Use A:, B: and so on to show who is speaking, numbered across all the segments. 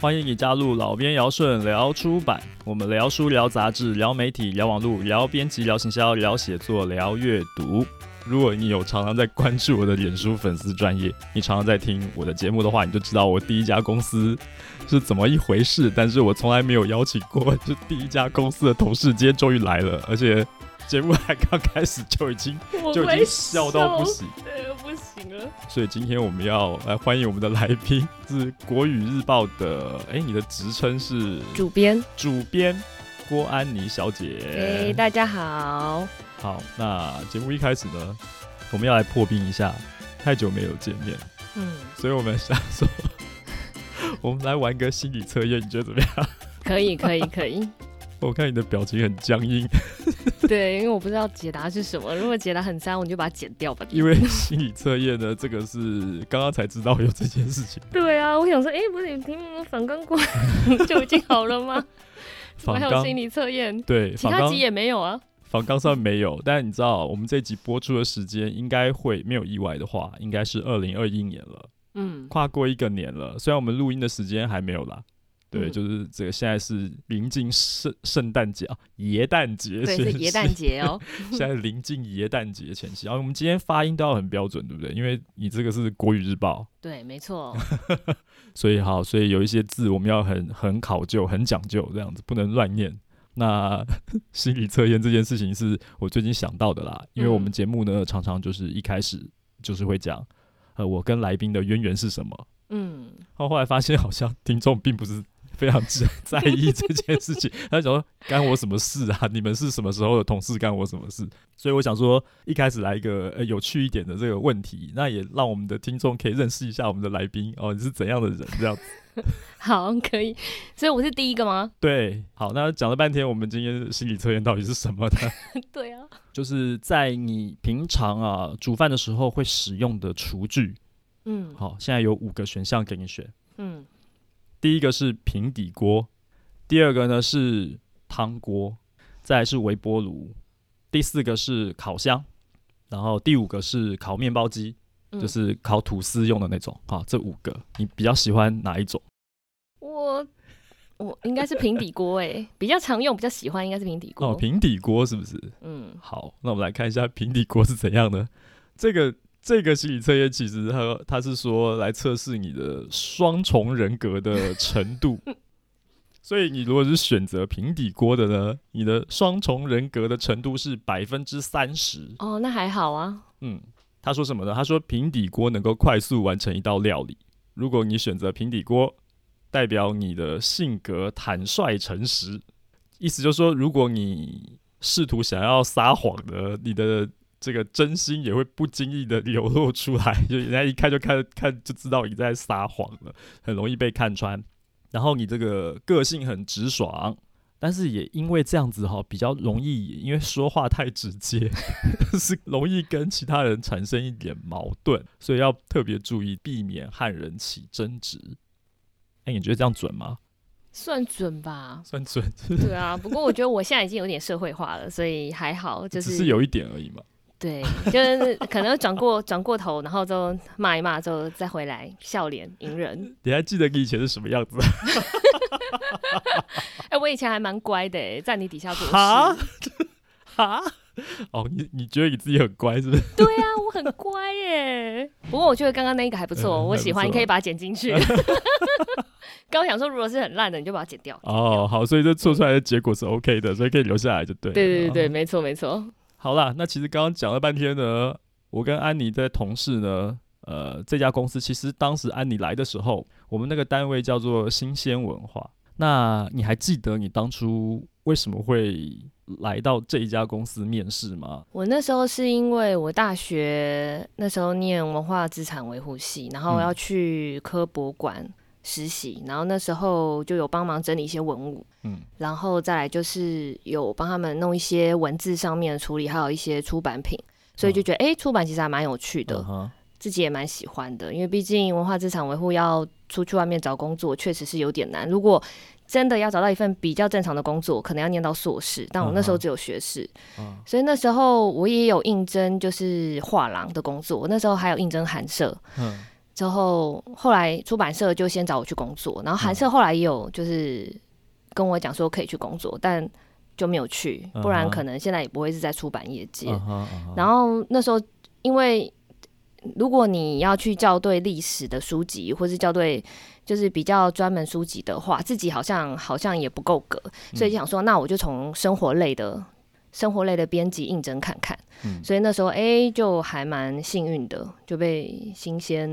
A: 欢迎你加入老编姚顺聊出版，我们聊书、聊杂志、聊媒体、聊网络、聊编辑、聊行销、聊写作、聊阅读。如果你有常常在关注我的脸书粉丝专业，你常常在听我的节目的话，你就知道我第一家公司是怎么一回事。但是我从来没有邀请过，就第一家公司的同事今天终于来了，而且节目还刚开始就已经
B: 我
A: 就已
B: 会
A: 经笑到不
B: 笑
A: 行。
B: 死，不行了。
A: 所以今天我们要来欢迎我们的来宾是国语日报的，哎、你的职称是
B: 主编，
A: 主编郭安妮小
B: 哎、
A: 姐。
B: 大家好，
A: 好，那节目一开始呢，我们要来破冰一下，太久没有见面，
B: 嗯，
A: 所以我们想说， 我们来玩个心理测验，你觉得怎么样？
B: 可以，可以，可 以。
A: 我看你的表情很僵硬，
B: 对，因为我不知道解答是什么，如果解答很脏，我就把它剪掉吧。
A: 因为心理测验呢，这个是刚刚才知道有这件事 情，
B: 对啊，我想说，哎、不是你题目反刚 过就已经好了吗？怎
A: 仿
B: 么还有
A: 纲
B: 心理测验？
A: 对，
B: 其
A: 仿
B: 他
A: 纲
B: 集也没有啊。
A: 仿纲上没有，但你知道我们这一集播出的时间应该会没有意外的话，应该是二零二一年了，
B: 嗯，
A: 跨过一个年了。虽然我们录音的时间还没有啦，对，
B: 嗯
A: 就是这个现在是临近圣圣诞节啊，耶诞节
B: 对，
A: 前夕，
B: 是耶诞节哦。
A: 现在临近耶诞节前夕，然后我们今天发音都要很标准，对不对？因为你这个是国语日报，
B: 对，没 错。
A: 所以好，所以有一些字我们要很很考究、很讲究，这样子不能乱念。那心理测验这件事情是我最近想到的啦，因为我们
B: 嗯
A: 节目呢常常就是一开始就是会讲，呃，我跟来宾的渊源是什么。
B: 嗯，
A: 然哦后后来发现好像听众并不是非常在在意这件事情，他想说干我什么事啊？你们是什么时候的同事干我什么事？所以我想说一开始来一个呃有趣一点的这个问题，那也让我们的听众可以认识一下我们的来宾哦，你是怎样的人这样子。
B: 好，可以。所以我是第一个吗？
A: 对，好，那讲了半天，我们今天的心理测验到底是什么 呢？
B: 对啊。
A: 就是在你平常啊煮饭的时候会使用的厨具。
B: 嗯，，
A: 好，现在有五个选项给你选，
B: 嗯，
A: 第一个是平底锅，第二个呢是汤锅，再来是微波炉，第四个是烤箱，然后第五个是烤面包机，
B: 嗯
A: 就是烤吐司用的那种。好，这五个你比较喜欢哪一种？
B: 我我应该是平底锅哎、比较常用，比较喜欢应该是平底锅。
A: 哦，平底锅是不是？
B: 嗯，
A: 好，那我们来看一下平底锅是怎样的。这个这个心理测验其实它它是说来测试你的双重人格的程度。所以你如果是选择平底锅的呢，你的双重人格的程度是百分之三十。
B: 哦，那还好啊。
A: 嗯，他说什么呢？他说平底锅能够快速完成一道料理。如果你选择平底锅，代表你的性格坦率诚实。意思就是说，如果你试图想要撒谎的，你的这个真心也会不经意的流露出来，就人家一看就看看就知道你在撒谎了，很容易被看穿。然后你这个个性很直爽，但是也因为这样子哈、比较容易因为说话太直接， 是容易跟其他人产生一点矛盾，所以要特别注意避免和人起争执。哎、你觉得这样准吗？，
B: 算准吧
A: 算准，
B: 对啊。不过我觉得我现在已经有点社会化了，所以还好，就
A: 只
B: 是
A: 是有一点而已嘛。
B: 对，就是可能转过转过头，然后就骂一骂，之后再回来笑脸迎 人。
A: 你还记得你以前是什么样子？
B: 哎、我以前还蛮乖的、欸，在你底下做
A: 哈
B: 事。
A: 哈， 哦，你你觉得你自己很乖是不是？
B: 对啊，我很乖耶、不过我觉得刚刚那一个还不错，
A: 嗯
B: 我喜欢，
A: 还不错
B: 你可以把它剪 进去。 刚想说，如果是很烂的，你就把它剪掉。
A: 哦，好，所以这做出来的结果是 OK 的，所以可以留下来就对了。
B: 对对对对，
A: 哦
B: 没错没错。
A: 好啦，那其实刚刚讲了半天呢，我跟安妮的同事呢，呃，这家公司其实当时安妮来的时候，我们那个单位叫做新鲜文化。那你还记得你当初为什么会来到这一家公司面试吗？
B: 我那时候是因为我大学那时候念文化资产维护系，然后
A: 嗯
B: 要去科博馆实习，然后那时候就有帮忙整理一些文物，
A: 嗯
B: 然后再来就是有帮他们弄一些文字上面的处理，还有一些出版品，所以就觉得诶，出版其实还蛮有趣的，
A: 嗯哼
B: 自己也蛮喜欢的，因为毕竟文化资产维护要出去外面找工作，确实是有点难。如果真的要找到一份比较正常的工作，可能要念到硕士，但我那时候
A: 嗯哼
B: 只有学士，
A: 嗯
B: 所以那时候我也有应征就是画廊的工作，我那时候还有应征寒舍，
A: 嗯
B: 之后后来出版社就先找我去工作，然后
A: 嗯
B: 韩社后来也有就是跟我讲说可以去工作，但就没有去，不然
A: 嗯哼
B: 可能现在也不会是在出版业界。
A: 嗯哼嗯哼
B: 然后那时候因为如果你要去校对历史的书籍，或是校对就是比较专门书籍的话，自己好像好像也不够格，
A: 嗯
B: 所以就想说，那我就从生活类的。生活类的编辑应征看看，
A: 嗯
B: 所以那时候哎、就还蛮幸运的，就被新鲜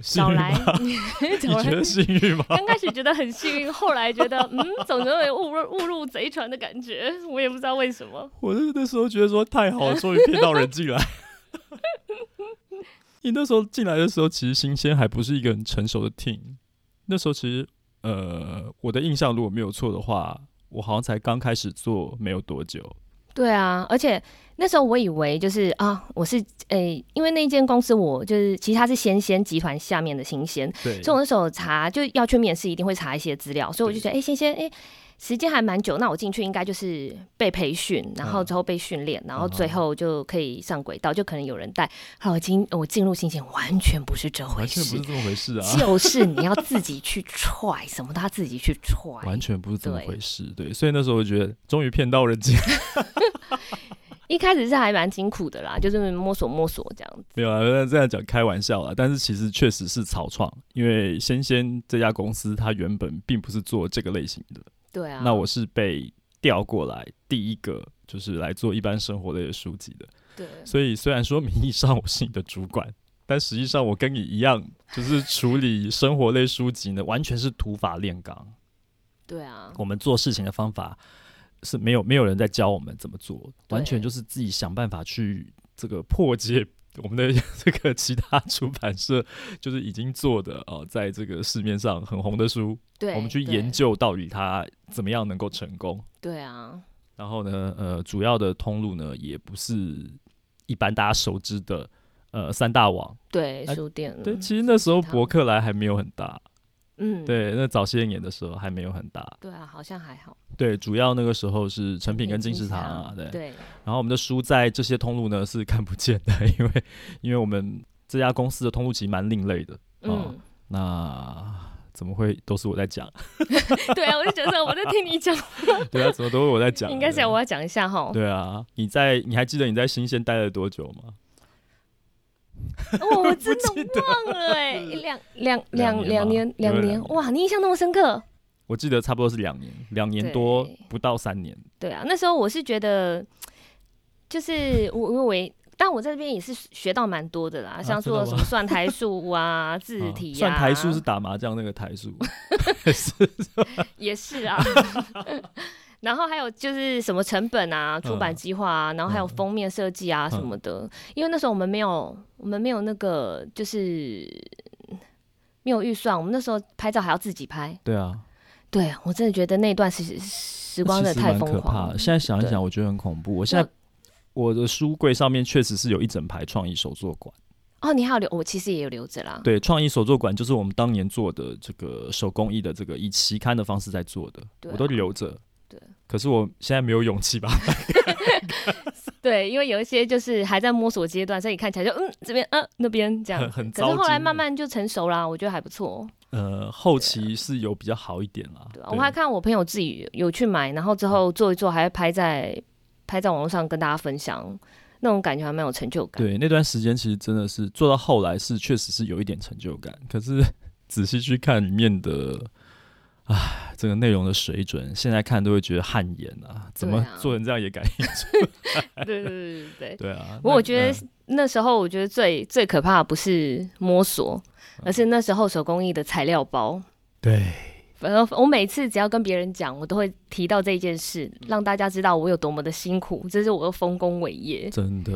A: 幸
B: 找
A: 运
B: 来
A: 吗。
B: 找
A: 你觉
B: 来
A: 得幸运吗？
B: 刚开始觉得很幸运，后来觉得嗯，总有点误入误入贼船的感觉，我也不知道为什么。
A: 我是那时候觉得说太好了，终于骗到人进来。 你那时候进来的时候，其实新鲜还不是一个很成熟的 team。那时候其实，呃，我的印象如果没有错的话，我好像才刚开始做没有多久。
B: 对啊，而且那时候我以为就是啊，我是诶、因为那间公司我就是其实它是先鲜集团下面的新鲜，
A: 对
B: 所以我那时候查就要去面试，一定会查一些资料，所以我就觉得，哎、新鲜，哎、时间还蛮久，那我进去应该就是被培训，然
A: 嗯
B: 后之后被训练，然后最后就可以上轨道，就可能有人带。后来我进我进入新鲜，完全不是这回
A: 完全不
B: 事
A: 是，这么回事啊，
B: 就是你要自己去踹，什么都要自己去踹
A: 完。全不是这么回事。对，所以那时候我觉得终于骗到人进来。
B: 一开始是还蛮辛苦的啦，就是摸索摸索这样子。
A: 没有啊，那这样讲开玩笑啦。但是其实确实是草创，因为先鲜这家公司它原本并不是做这个类型的。
B: 对啊，
A: 那我是被调过来第一个就是来做一般生活类的书籍的，
B: 对
A: 所以虽然说名义上我是你的主管，但实际上我跟你一样，就是处理生活类书籍呢，完全是土法炼钢。
B: 对啊，
A: 我们做事情的方法是没有没有人在教我们怎么做，
B: 对
A: 完全就是自己想办法去这个破解。我们的 这个其他出版社就是已经做的哦、呃在这个市面上很红的书，
B: 对，
A: 我们去研究到底它怎么样能够成功。
B: 对。对啊，
A: 然后呢，呃，主要的通路呢，也不是一般大家熟知的，呃，三大网。
B: 对
A: 哎
B: 书店，
A: 对，其实那时候
B: 嗯其他
A: 博客来还没有很大，
B: 嗯，
A: 对，那早些年的时候还没有很大。
B: 对啊，好像还好。
A: 对，主要那个时候是成品跟金石堂啊，对。
B: 对
A: 然后我们的书在这些通路呢是看不见的，因为 因为我们这家公司的通路其实蛮另类的。哦
B: 嗯，
A: 那怎么会都是我在讲？
B: 对啊，我就觉得我在听你讲，
A: 对啊，怎么都是我在讲？
B: 应该是
A: 对
B: 我要讲一下哈。
A: 对啊，你在你还记得你在新鲜待了多久吗？
B: 哦，我真的
A: 不记得
B: 忘 了哎，一两两
A: 两
B: 两两
A: 年
B: 年
A: 吧
B: 两
A: 有没有两
B: 年，
A: 年
B: 哇，你印象那么深刻？
A: 我记得差不多是两年，两年多
B: 对
A: 不到三年。
B: 对啊，那时候我是觉得，就是我我为。但我在这边也是学到蛮多的啦，像
A: 啊真的吗
B: 说什么算台数啊、字
A: 啊
B: 体呀、
A: 算台数是打麻将那个台数，是
B: 也是啊。 然后还有就是什么成本
A: 嗯
B: 啊、出版计划啊，然后还有封面设计啊什么的。因为那时候我们没有，我们没有那个就是没有预算，我们那时候拍照还要自己拍。
A: 对啊，
B: 对我真的觉得那段时时光
A: 那
B: 真
A: 其
B: 的
A: 实
B: 太
A: 蛮
B: 疯
A: 可怕
B: 狂
A: 的。。现在想一
B: 对
A: 想，我觉得很恐怖。我现在我的书柜上面确实是有一整排创意手作馆，
B: 哦，你还有留，我其实也有留着啦。
A: 对，创意手作馆就是我们当年做的这个手工艺的这个以期刊的方式在做的，
B: 对啊
A: 我都留着。
B: 对，
A: 可是我现在没有勇气吧？
B: 对，因为有一些就是还在摸索阶段，所以看起来就嗯这边嗯那边这样
A: 很。很
B: 可
A: 糟
B: 是
A: 心
B: 后来慢慢就成熟啦，我觉得还不错。
A: 呃，后期是有比较好一点啦。
B: 啊对嗯啊，我还看我朋友自己有去买，然后之后做一做，还拍在拍在网络上跟大家分享，那种感觉还蛮有成就感。
A: 对，那段时间其实真的是做到后来是确实是有一点成就感，可是 仔细去看里面的，唉，这个内容的水准，现在看都会觉得汗颜啊！怎
B: 对
A: 么
B: 啊
A: 做成这样也敢印出？
B: 对对对对对。
A: 对啊，
B: 不过
A: 那
B: 我觉得
A: 嗯
B: 那时候，我觉得最最可怕的不是摸索，而是那时候手工艺的材料包。
A: 对，
B: 反正我每次只要跟别人讲，我都会提到这件事，让大家知道我有多么的辛苦，这是我的丰功伟业。
A: 真的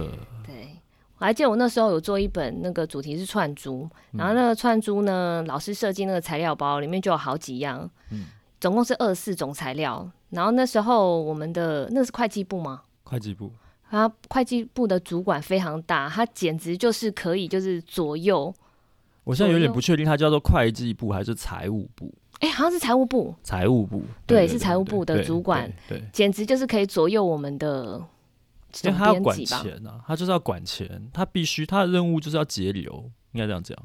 B: 对，我还记得我那时候有做一本那个主题是串珠，
A: 嗯
B: 然后那个串珠呢，老师设计那个材料包里面就有好几样，
A: 嗯
B: 总共是二十四种材料。然后那时候我们的那是会计部吗？
A: 会计部
B: 然后会计部的主管非常大，他简直就是可以就是左右，
A: 我现在有
B: 左
A: 点
B: 右
A: 不确定，它叫做会计部还是财务部？
B: 哎，好像是财务部，
A: 财务部
B: 对是财务部的主管，
A: 对，对
B: 简直就是可以左右我们的
A: 因
B: 总
A: 为他要
B: 编
A: 管
B: 辑吧。
A: 钱啊，他就是要管钱，他必须他的任务就是要节流，应该这样讲。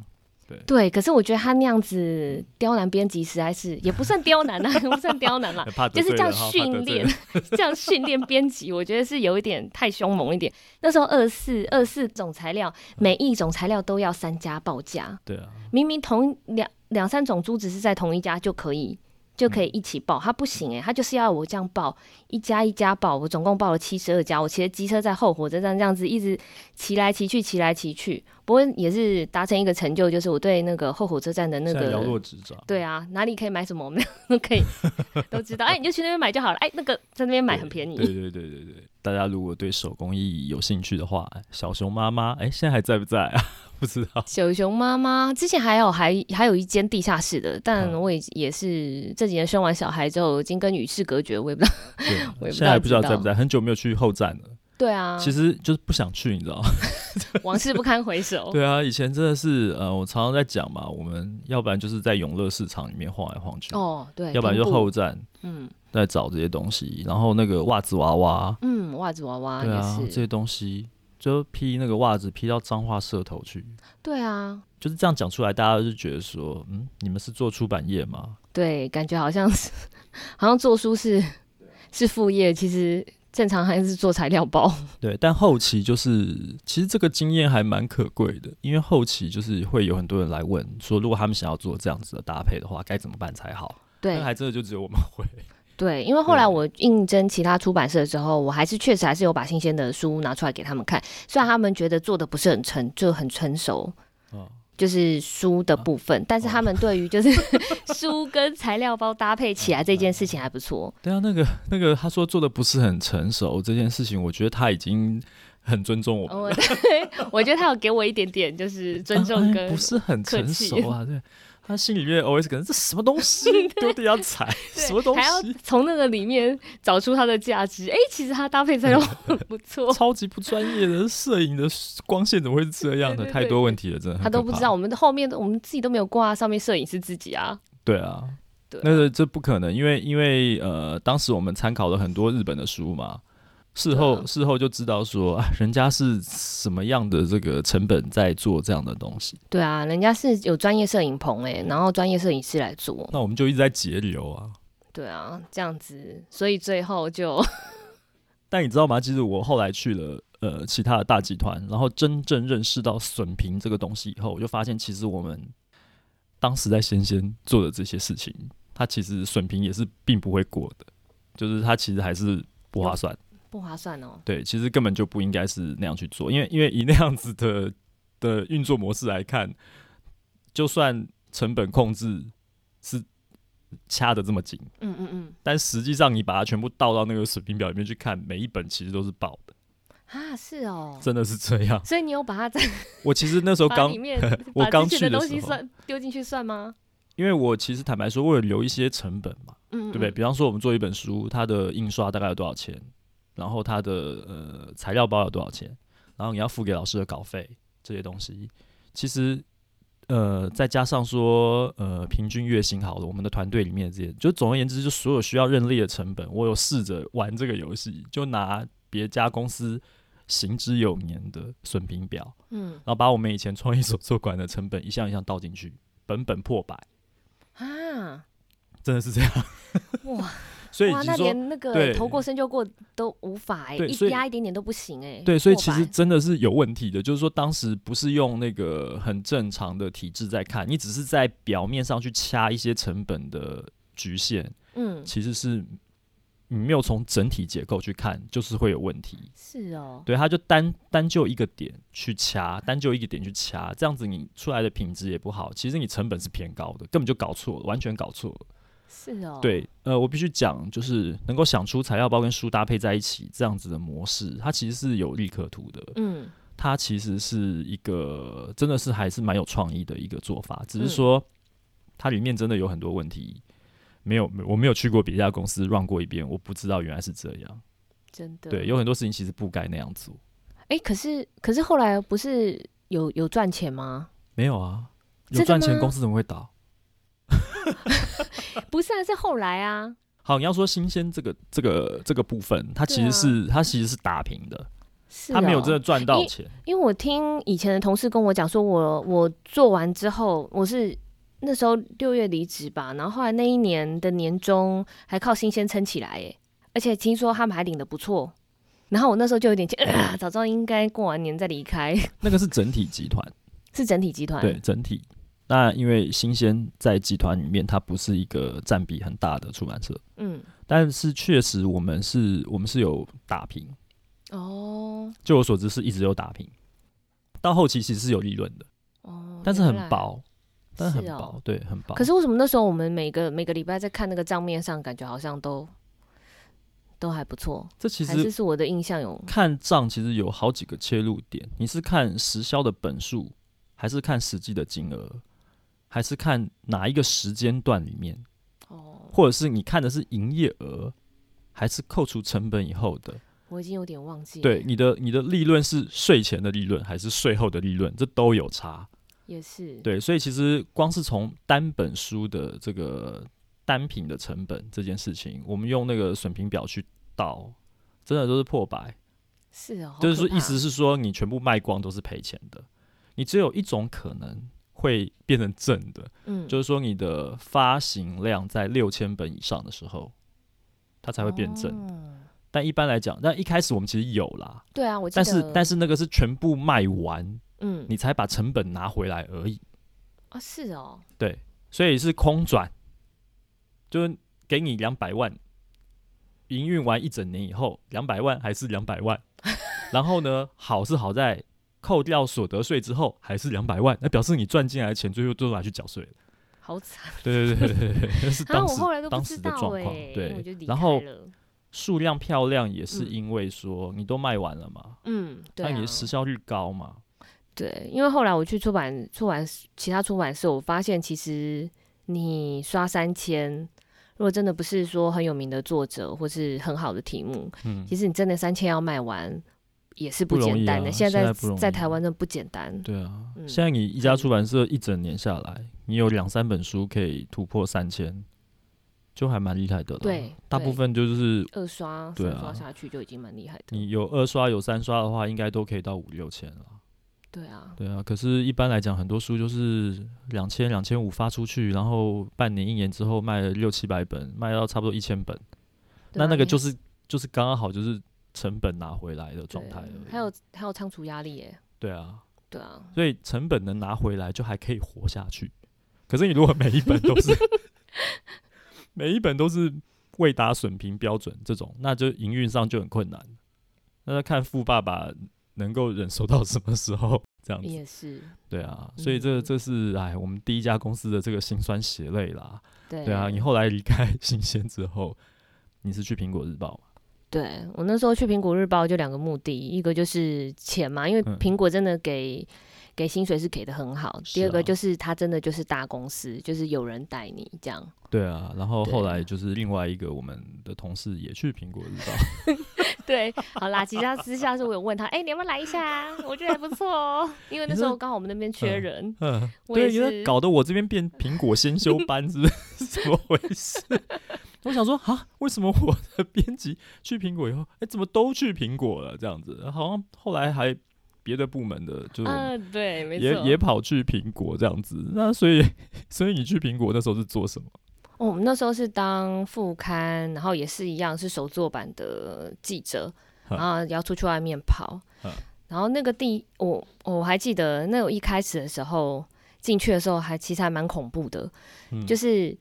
A: 对
B: 对，可是我觉得他那样子刁难编辑实在是也不算刁难啦、 不算刁难啦，
A: 怕
B: 啊就
A: 得
B: 是
A: 罪
B: 这样
A: 人哈，怕得
B: 训
A: 罪
B: 练
A: 人，
B: 这样训练编辑，我觉得是有一点太凶猛一点。那时候二四二四总材料，每一种材料都要三家报价，
A: 对啊，
B: 明明同两两三种珠子是在同一家就可以就
A: 嗯
B: 可以一起报，他不行欸诶、他就是要我这样报一家一家报，我总共报了七十二家，我骑着机车在后火车站这样子一直骑来骑去，骑来骑去。不过也是达成一个成就，就是我对那个后火车站的那
A: 现在
B: 个
A: 寥落指掌。
B: 对啊，哪里可以买什么，我 们都可以都知道。哎，你就去那边买就好了。哎，那个在那边买很便
A: 对
B: 宜。
A: 对对对对，大家如果对手工艺有兴趣的话，小熊妈妈，哎，现在还在不在啊？ 不知道。
B: 小熊妈妈之前还有还还有一间地下室的，但
A: 嗯
B: 我也也是这几年生完小孩之后，已经跟与世隔绝，我也不知道。
A: 对啊
B: 我也不
A: 现在
B: 大
A: 不
B: 知
A: 知道
B: 道
A: 在不在，很久没有去后站了。
B: 对啊，
A: 其实就是不想去，你知道吗？
B: 往事不堪回首。
A: 对啊，以前真的是，呃，我常常在讲嘛，我们要不然就是在永乐市场里面晃来晃去，
B: 哦，对，
A: 要不然就
B: 平步
A: 后站
B: 嗯
A: 在找这些东西，然后那个袜子娃娃，
B: 嗯，袜子娃娃
A: 对啊，
B: 也
A: 这
B: 是，
A: 些东西就披那个袜子披到彰化社头去，
B: 对啊，
A: 就是这样讲出来，大家就觉得说，嗯，你们是做出版业吗？
B: 对，感觉好像是好像做书是是副业，其实正常还是做材料包。
A: 对，但后期就是，其实这个经验还蛮可贵的，因为后期就是会有很多人来问说，如果他们想要做这样子的搭配的话，该怎么办才好？
B: 对
A: 那，还真的就只有我们会。
B: 对，因为后来
A: 对
B: 我应征其他出版社之后，我还是确实还是有把新鲜的书拿出来给他们看，虽然他们觉得做的不是很成，就很成熟，
A: 哦啊
B: 就是书的部分，但是他们对于就是 书跟材料包搭配起来这件事情还不错。
A: 对啊，那个那个，他说做的不是很成熟这件事情，我觉得他已经很尊重我们，
B: 嗯我 对我觉得他有给我一点点就是哦尊重
A: 啊哎
B: 跟
A: 不是很成熟啊。对，他心里面 always 可能这什么东西丢地上踩，
B: 对
A: 什么东
B: 还要
A: 西，
B: 从那个里面找出它的价值。哎，其实它搭配材料很不 错，
A: 超级不专业的摄影的光线怎么会是这样的？
B: 对对对
A: 太多问题了，真的很
B: 他都不
A: 可怕
B: 知道。我们后面都我们自己都没有挂上面摄影师自己啊。
A: 对啊，
B: 对啊
A: 那个这不可能，因为因为呃，当时我们参考了很多日本的书嘛，事后、
B: 对啊
A: 事后就知道说，啊，人家是什么样的这个成本在做这样的东西，
B: 对啊，人家是有专业摄影棚哎、然后专业摄影师来做。
A: 那我们就一直在节流啊。
B: 对啊，这样子，所以最后就
A: 但你知道吗？其实我后来去了呃其他的大集团，然后真正认识到损评这个东西以后，我就发现其实我们当时在先先做的这些事情，它其实损评也是并不会过的，就是它其实还是不划算。
B: 不划算哦。
A: 对，其实根本就不应该是那样去做，因为因为以那样子的的运作模式来看，就算成本控制是掐的这么紧，
B: 嗯嗯嗯，
A: 但实际上你把它全部倒到那个水平表里面去看，每一本其实都是爆的，
B: 啊是哦。
A: 真的是这样。
B: 所以你有把它在
A: 我其实那时候
B: 把
A: 刚
B: 里， 面
A: 我
B: 把
A: 刚
B: 之
A: 去
B: 前
A: 的
B: 的
A: 时
B: 东西
A: 候
B: 算丢进去算吗？
A: 因为我其实坦白说，为了留一些成本嘛，
B: 嗯，嗯
A: 对不对？
B: 嗯
A: 比方说我们做一本书，它的印刷大概有多少钱，然后它的呃材料包有多少钱，然后你要付给老师的稿费这些东西，其实。呃，再加上说，呃，平均月薪好了，我们的团队里面这些，就总而言之，就所有需要认力的成本，我有试着玩这个游戏，就拿别家公司行之有年的损评表，
B: 嗯
A: 然后把我们以前创意手作馆的成本一项一项倒进去，本本破百，
B: 啊，
A: 真的是这样。
B: 哇
A: 所以
B: 哇，
A: 你
B: 那
A: 说
B: 连那
A: 对
B: 个头过身就过都无法哎、
A: 对所
B: 一
A: 以
B: 压一点点都不行哎、
A: 对，所以
B: 过
A: 其实
B: 百
A: 真的是有问题的，就是说当时不是用那个很正常的体制在看，你只是在表面上去掐一些成本的局限，
B: 嗯
A: 其实是你没有从整体结构去看，就是会有问题。
B: 是哦，
A: 对，他就单单就一个点去掐，单就一个点去掐，这样子你出来的品质也不好，其实你成本是偏高的，根本就搞错了，完全搞错了。
B: 是哦，，
A: 对，呃，我必须讲，就是能够想出材料包跟书搭配在一起这样子的模式，它其实是有利可图的。
B: 嗯
A: 它其实是一个真的是还是蛮有创意的一个做法，
B: 嗯
A: 只是说它里面真的有很多问题。没有，没有我没有去过别家公司 run 过一遍，我不知道原来是这样。
B: 真的
A: 对，有很多事情其实不该那样做。
B: 哎、可是可是后来不是有有赚钱吗？
A: 没有啊，有
B: 真的
A: 赚钱
B: 吗
A: 公司怎么会倒？
B: 不是啊，是后来啊。
A: 好，你要说新鲜这个这个这个部分，它其
B: 对
A: 实
B: 啊
A: 是、它其实是打平的，
B: 是
C: 他没有
B: 哦
C: 真的赚到钱。
B: 因为我听以前的同事跟我讲说我，我做完之后，我是那时候六月离职吧，然后后来那一年的年终还靠新鲜撑起来耶，而且听说他们还领的不错。然后我那时候就有点气、呃，早知道应该过完年再离开，
A: 那个是整体集团，
B: 是整体集团。
A: 对整体。那因为新鲜在集团里面，它不是一个占比很大的出版社，
B: 嗯，
A: 但是确实我们是，我们是有打平。
B: 哦
A: 就我所知是一直有打平，到后期其实是有利润的，
B: 哦，
A: 但是很
B: 原来。
A: 薄，但是很
B: 是哦
A: 薄，对，很薄。
B: 可是为什么那时候我们每个每个礼拜在看那个账面上，感觉好像都都还不错？
A: 这其
B: 还是
A: 实
B: 是我的印象有
A: 看账其实有好几个切入点，你是看实销的本数，还是看实际的金额，还是看哪一个时间段里面，
B: 哦，
A: 或者是你看的是营业额，还是扣除成本以后的？
B: 我已经有点忘记了。
A: 对，，你的你的利润是税前的利润还是税后的利润，这都有差。
B: 也是。
A: 对，所以其实光是从单本书的这个单品的成本这件事情，我们用那个损平表去倒，真的都是破百。
B: 是哦，好
A: 就是说，
B: 可
A: 意
B: 怕
A: 思是说，你全部卖光都是赔钱的。你只有一种可能会变成正的，
B: 嗯，
A: 就是说你的发行量在六千本以上的时候，它才会变正。
B: 哦
A: 但一般来讲，但一开始我们其实有啦，
B: 对啊，我记
A: 但是
B: 得
A: 但是那个是全部卖完，
B: 嗯，
A: 你才把成本拿回来而已。
B: 啊是哦，
A: 对，所以是空转，就是给你两百万，营运完一整年以后，两百万还是两百 万。然后呢，好是好在扣掉所得税之后还是两百万，那表示你赚进来的钱最后都拿去缴税 了。
B: 好惨
A: 对对对对对对，是
B: 啊！
A: 当
B: 我
A: 时
B: 后来都不
A: 当
B: 知
A: 时的
B: 道
A: 状况
B: 哎、欸，因为我就
A: 对
B: 离。
A: 然
B: 开
A: 后
B: 了
A: 数量漂亮也是
B: 嗯
A: 因为说你都卖完了嘛，
B: 嗯，对、
A: 那你
B: 啊
A: 的，时效率高嘛，
B: 对，因为后来我去出版出版其他出版社，我发现其实你刷三千。如果真的不是说很有名的作者或是很好的题目，
A: 嗯，
B: 其实你真的三千要卖完也是
A: 不容易
B: 简单的。
A: 啊
B: 现在
A: 现在不容易
B: 在台湾真的不简单。
A: 对啊，
B: 嗯
A: 现在你一家
B: 很
A: 出版社一整年下来，你有两三本书可以突破三千，就还蛮厉害的了。啊
B: 对
A: 大
B: 对
A: 部分就是
B: 二刷、
A: 对
B: 三
A: 啊
B: 刷下去就已经蛮厉害的。
A: 你有二刷有三刷的话，应该都可以到五六千了。
B: 对啊，
A: 对啊，可是，一般来讲，很多书就是两千、两千五发出去，然后半年、一年之后卖了六七百本，卖到差不多一千本，
B: 对
A: 那
B: 啊
A: 那个
B: 你
A: 就是就是刚刚好就是成本拿回来的状
B: 对
A: 态而已。
B: 还有还有仓储压力耶，
A: 对啊，
B: 对啊，
A: 所以成本能拿回来就还可以活下去。可是你如果每一本都 是每一本都是未达损平标准这种，那就营运上就很困难。那看富爸爸能够忍受到什么时候这样子？
B: 也是，
A: 对啊，所以这
B: 嗯
A: 这是哎，我们第一家公司的这个辛酸血泪啦。
B: 对
A: 对啊，你后来离开新鲜之后，你是去苹果日报嘛？
B: 对我那时候去苹果日报就两个目的，一个就是钱嘛，因为
A: 嗯
B: 苹果真的给、给薪水是给的很好，
A: 是
B: 第二
A: 啊
B: 个就是它真的就是大公司，就是有人带你这样，
A: 对啊，然后
B: 对
A: 后来就是另外一个我们的同事也去苹果日 报。
B: 对，好啦，其实他私下是我有问他，哎、你要不要来一下啊？我觉得还不错哦，因为那
A: 你
B: 时
A: 说
B: 候刚好我们那边缺
A: 嗯
B: 人，
A: 嗯，
B: 我
A: 对，
B: 也
A: 你在
B: 是
A: 搞得我这边变苹果先修班，是不是？ 怎么回事？ 我想说啊，为什么我的编辑去苹果以后，哎、怎么都去苹果了？这样子，好像后来还别的部门的，就是我们
B: 嗯、对，没
A: 也、
B: 错，
A: 也跑去苹果这样子。那所以， 所以你去苹果那时候是做什么？
B: 哦我们那时候是当副刊，然后也是一样是手作版的记者，
A: 嗯
B: 然后要出去外面跑
A: 嗯。
B: 然后那个地，我我还记得，那我一开始的时候进去的时候还其实还蛮恐怖的，
A: 嗯
B: 就是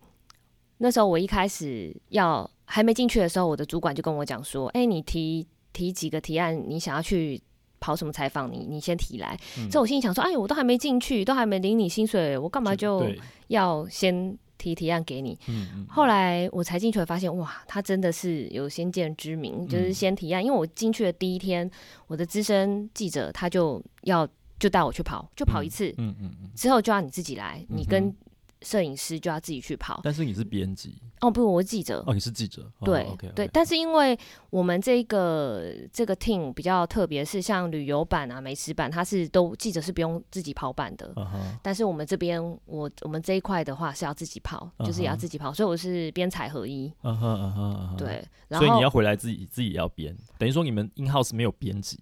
B: 那时候我一开始要还没进去的时候，我的主管就跟我讲说：“哎、你提提几个提案，你想要去跑什么采访，你你先提来。
A: 嗯
B: 所以我心里想说：“哎，我都还没进去，都还没领你薪水，我干嘛就
A: 对，
B: 要先提提案给你？”
A: 嗯嗯，
B: 后来我才进去，发现哇，他真的是有先见之明，就是
A: 嗯
B: 先提案。因为我进去的第一天，我的资深记者他就要就带我去跑，就跑一次，
A: 嗯嗯嗯。
B: 之后就要你自己来，
A: 哼
B: 你跟摄影师就要自己去跑。
A: 但是你是编辑
B: 哦，不，我是记者。
A: 哦，你是记者，哦
B: 对、
A: ，OK，
B: 对，但是因为我们这个这个 team 比较特别，是像旅游版啊、美食版，它是都记者是不用自己跑版的。
A: 啊哈，
B: 但是我们这边，我我们这一块的话是要自己跑，就是也要
A: 嗯哼
B: 自己跑，所以我是编采合一。
A: 啊哈，啊哈，啊哈，
B: 对，然
A: 所以
B: 后
A: 你要回来自己自己也要编，等于说你们 in house 没有编辑，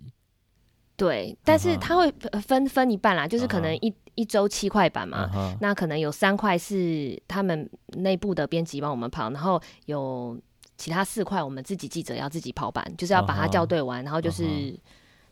B: 对，但是
A: 嗯哼
B: 它会分分分一半啦，就是可能
A: 嗯
B: 一、一周七块版嘛，
A: 嗯哼
B: 那可能有三块是他们内部的编辑帮我们跑，然后有其他四块我们自己记者要自己跑版，就是要把
A: 啊
B: 它
A: 哈
B: 校对完，然后就
A: 啊
B: 是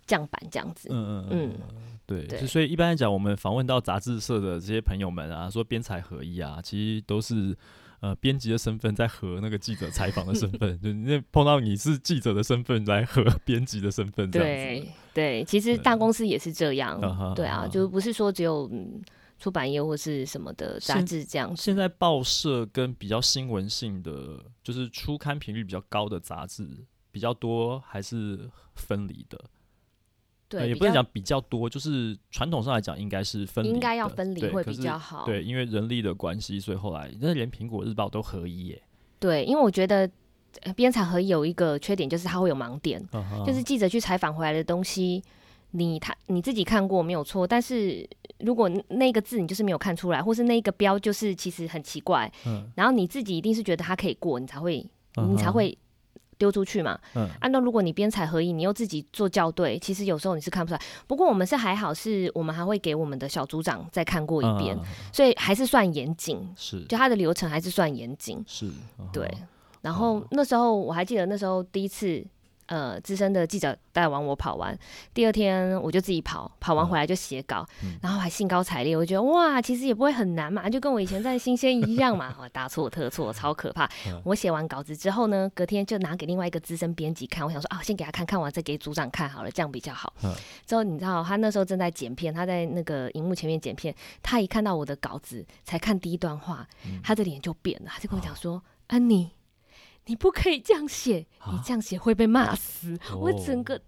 B: 降版这样子。
A: 嗯嗯
B: 嗯
A: 嗯，对，
B: 对
A: 就所以一般来讲，我们访问到杂志社的这些朋友们啊，说编采合一啊，其实都是呃编辑的身份在和那个记者采访的身 份，就那碰到你是记者的身份来和 编辑的身份这样子。
B: 对对，其实大公司也是这样
A: 啊哈，
B: 对
A: 啊哈
B: 啊，就不是说只有嗯出版业或是什么的杂
A: 现
B: 志这样子。
A: 现在报社跟比较新闻性的，就是出刊频率比较高的杂志比较多，还是分离的。呃
B: 对，
A: 也
B: 比
A: 不能
B: 较
A: 讲比较多，就是传统上来讲应该是分离的，
B: 应该要分离
A: 对
B: 会
A: 可
B: 比
A: 是
B: 较好。
A: 对，因为人力的关系，所以后来那连苹果日报都合一耶，
B: 对，因为我觉得呃编采合有一个缺点就是它会有盲点，
A: 嗯
B: 就是记者去采访回来的东西，你他你自己看过没有错，但是如果那个字你就是没有看出来，或是那一个标就是其实很奇怪，
A: 嗯
B: 然后你自己一定是觉得它可以过，你才会
A: 嗯哼
B: 你才会丢出去嘛。
A: 嗯
B: 啊，那如果你编采合一，你又自己做校对，其实有时候你是看不出来。不过我们是还好，是我们还会给我们的小组长再看过一遍，
A: 嗯嗯嗯
B: 所以还是算严谨，
A: 是
B: 就它的流程还是算严谨。
A: 是，嗯
B: 对
A: 哼，
B: 然
A: 哦
B: 后那时候我还记得那时候第一次，呃，资深的记者带完我跑完，第二天我就自己跑，跑
A: 嗯
B: 完回来就写稿，
A: 嗯
B: 然后还兴高采烈，我觉得哇，其实也不会很难嘛，就跟我以前在新鲜一样嘛，哇哦大错特错，超可怕。
A: 嗯
B: 我写完稿子之后呢，隔天就拿给另外一个资深编辑看，我想说啊，先给他看看完再给组长看好了，这样比较好。
A: 嗯
B: 之后你知道他那时候正在剪片，他在那个荧幕前面剪片，他一看到我的稿子，才看第一段话，
A: 嗯
B: 他的脸就变了，他就跟我讲说：“安妮，你不可以这样写，你
A: 哦啊
B: 这样写会被骂死。我
A: 哦
B: 整个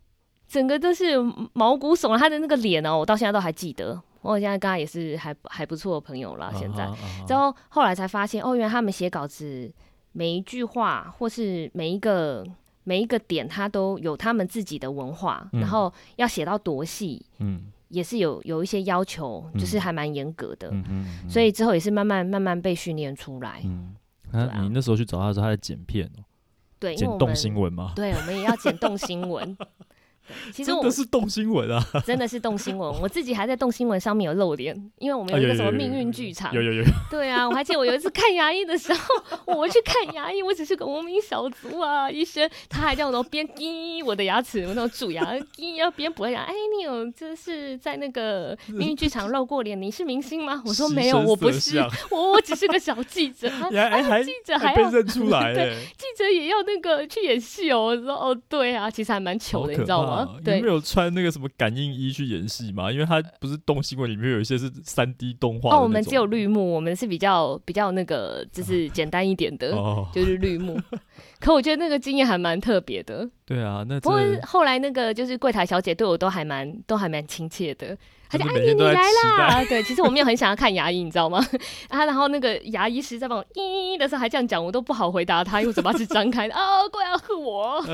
B: 整个都是毛骨悚然，他的那个脸哦，我到现在都还记得。我现在跟他也是还还不错的朋友啦，现在。
A: 嗯哼嗯哼
B: 之后后来才发现，哦，原来他们写稿子每一句话或是每一个每一个点，他都有他们自己的文化，
A: 嗯
B: 然后要写到多细，
A: 嗯
B: 也是有有一些要求，就是
A: 嗯
B: 还蛮严格的。
A: 嗯哼嗯
B: 所以之后也是慢慢慢慢被训练出来。
A: 嗯，
B: 对
A: 那
B: 啊
A: 你那时候去找他的时候，他在剪片哦，
B: 对，因
A: 剪
B: 为我
A: 动新
B: 们
A: 闻吗？
B: 对，我们也要剪动 新闻。对 其实
A: 真
B: 我
A: 的是动新闻啊！
B: 真的是动新闻，我自己还在动新闻上面有露脸，因为我们
A: 啊
B: 有一
A: 有
B: 个什
A: 有
B: 么
A: 有
B: 命
A: 有
B: 运剧场
A: 有。有有，
B: 对啊，我还记得我有一次看牙医的时候， 我去看牙医，我只是个无名小卒啊，医生他还让我边滴我的牙齿，我那种蛀牙滴，要边补牙。哎，你有就是在那个命运剧场露过脸，你是明星吗？我说
A: 牺
B: 没有，
A: 牲
B: 我不
A: 色
B: 是
A: 相，
B: 我我只是个小记 者。他
A: 你还还哎还
B: 啊记者还
A: 还被
B: 要
A: 认出 来哎
B: 对
A: 耶，
B: 记者也要那个去演戏哦。我说哦，对啊，其实还蛮糗
A: 好
B: 的，你
A: 可
B: 知道
A: 怕哦？
B: 吗对
A: 你没，有穿那个什么感应衣去演戏吗？因为他不是动新闻里面有一些是三 D 动画的那种。
B: 哦，我们只有绿幕，我们是比较比较那个， 就是简单一点的，
A: 哦，
B: 就是绿幕。 可我觉得那个经验还蛮特别的。
A: 对啊，那
B: 不过
A: 真的
B: 后来那个就是柜台小姐对我都还蛮都还蛮亲切的，她就
A: 真
B: 哎
A: 的每
B: 你
A: 天
B: 你
A: 都在
B: 来
A: 期待
B: 啦， 对，其实我没有很想要看牙医，你知道吗？ 啊，然后那个牙医师在帮我咦的时候还这样讲，我都不好回答他，因为我嘴巴是张开的 啊，过来喝我。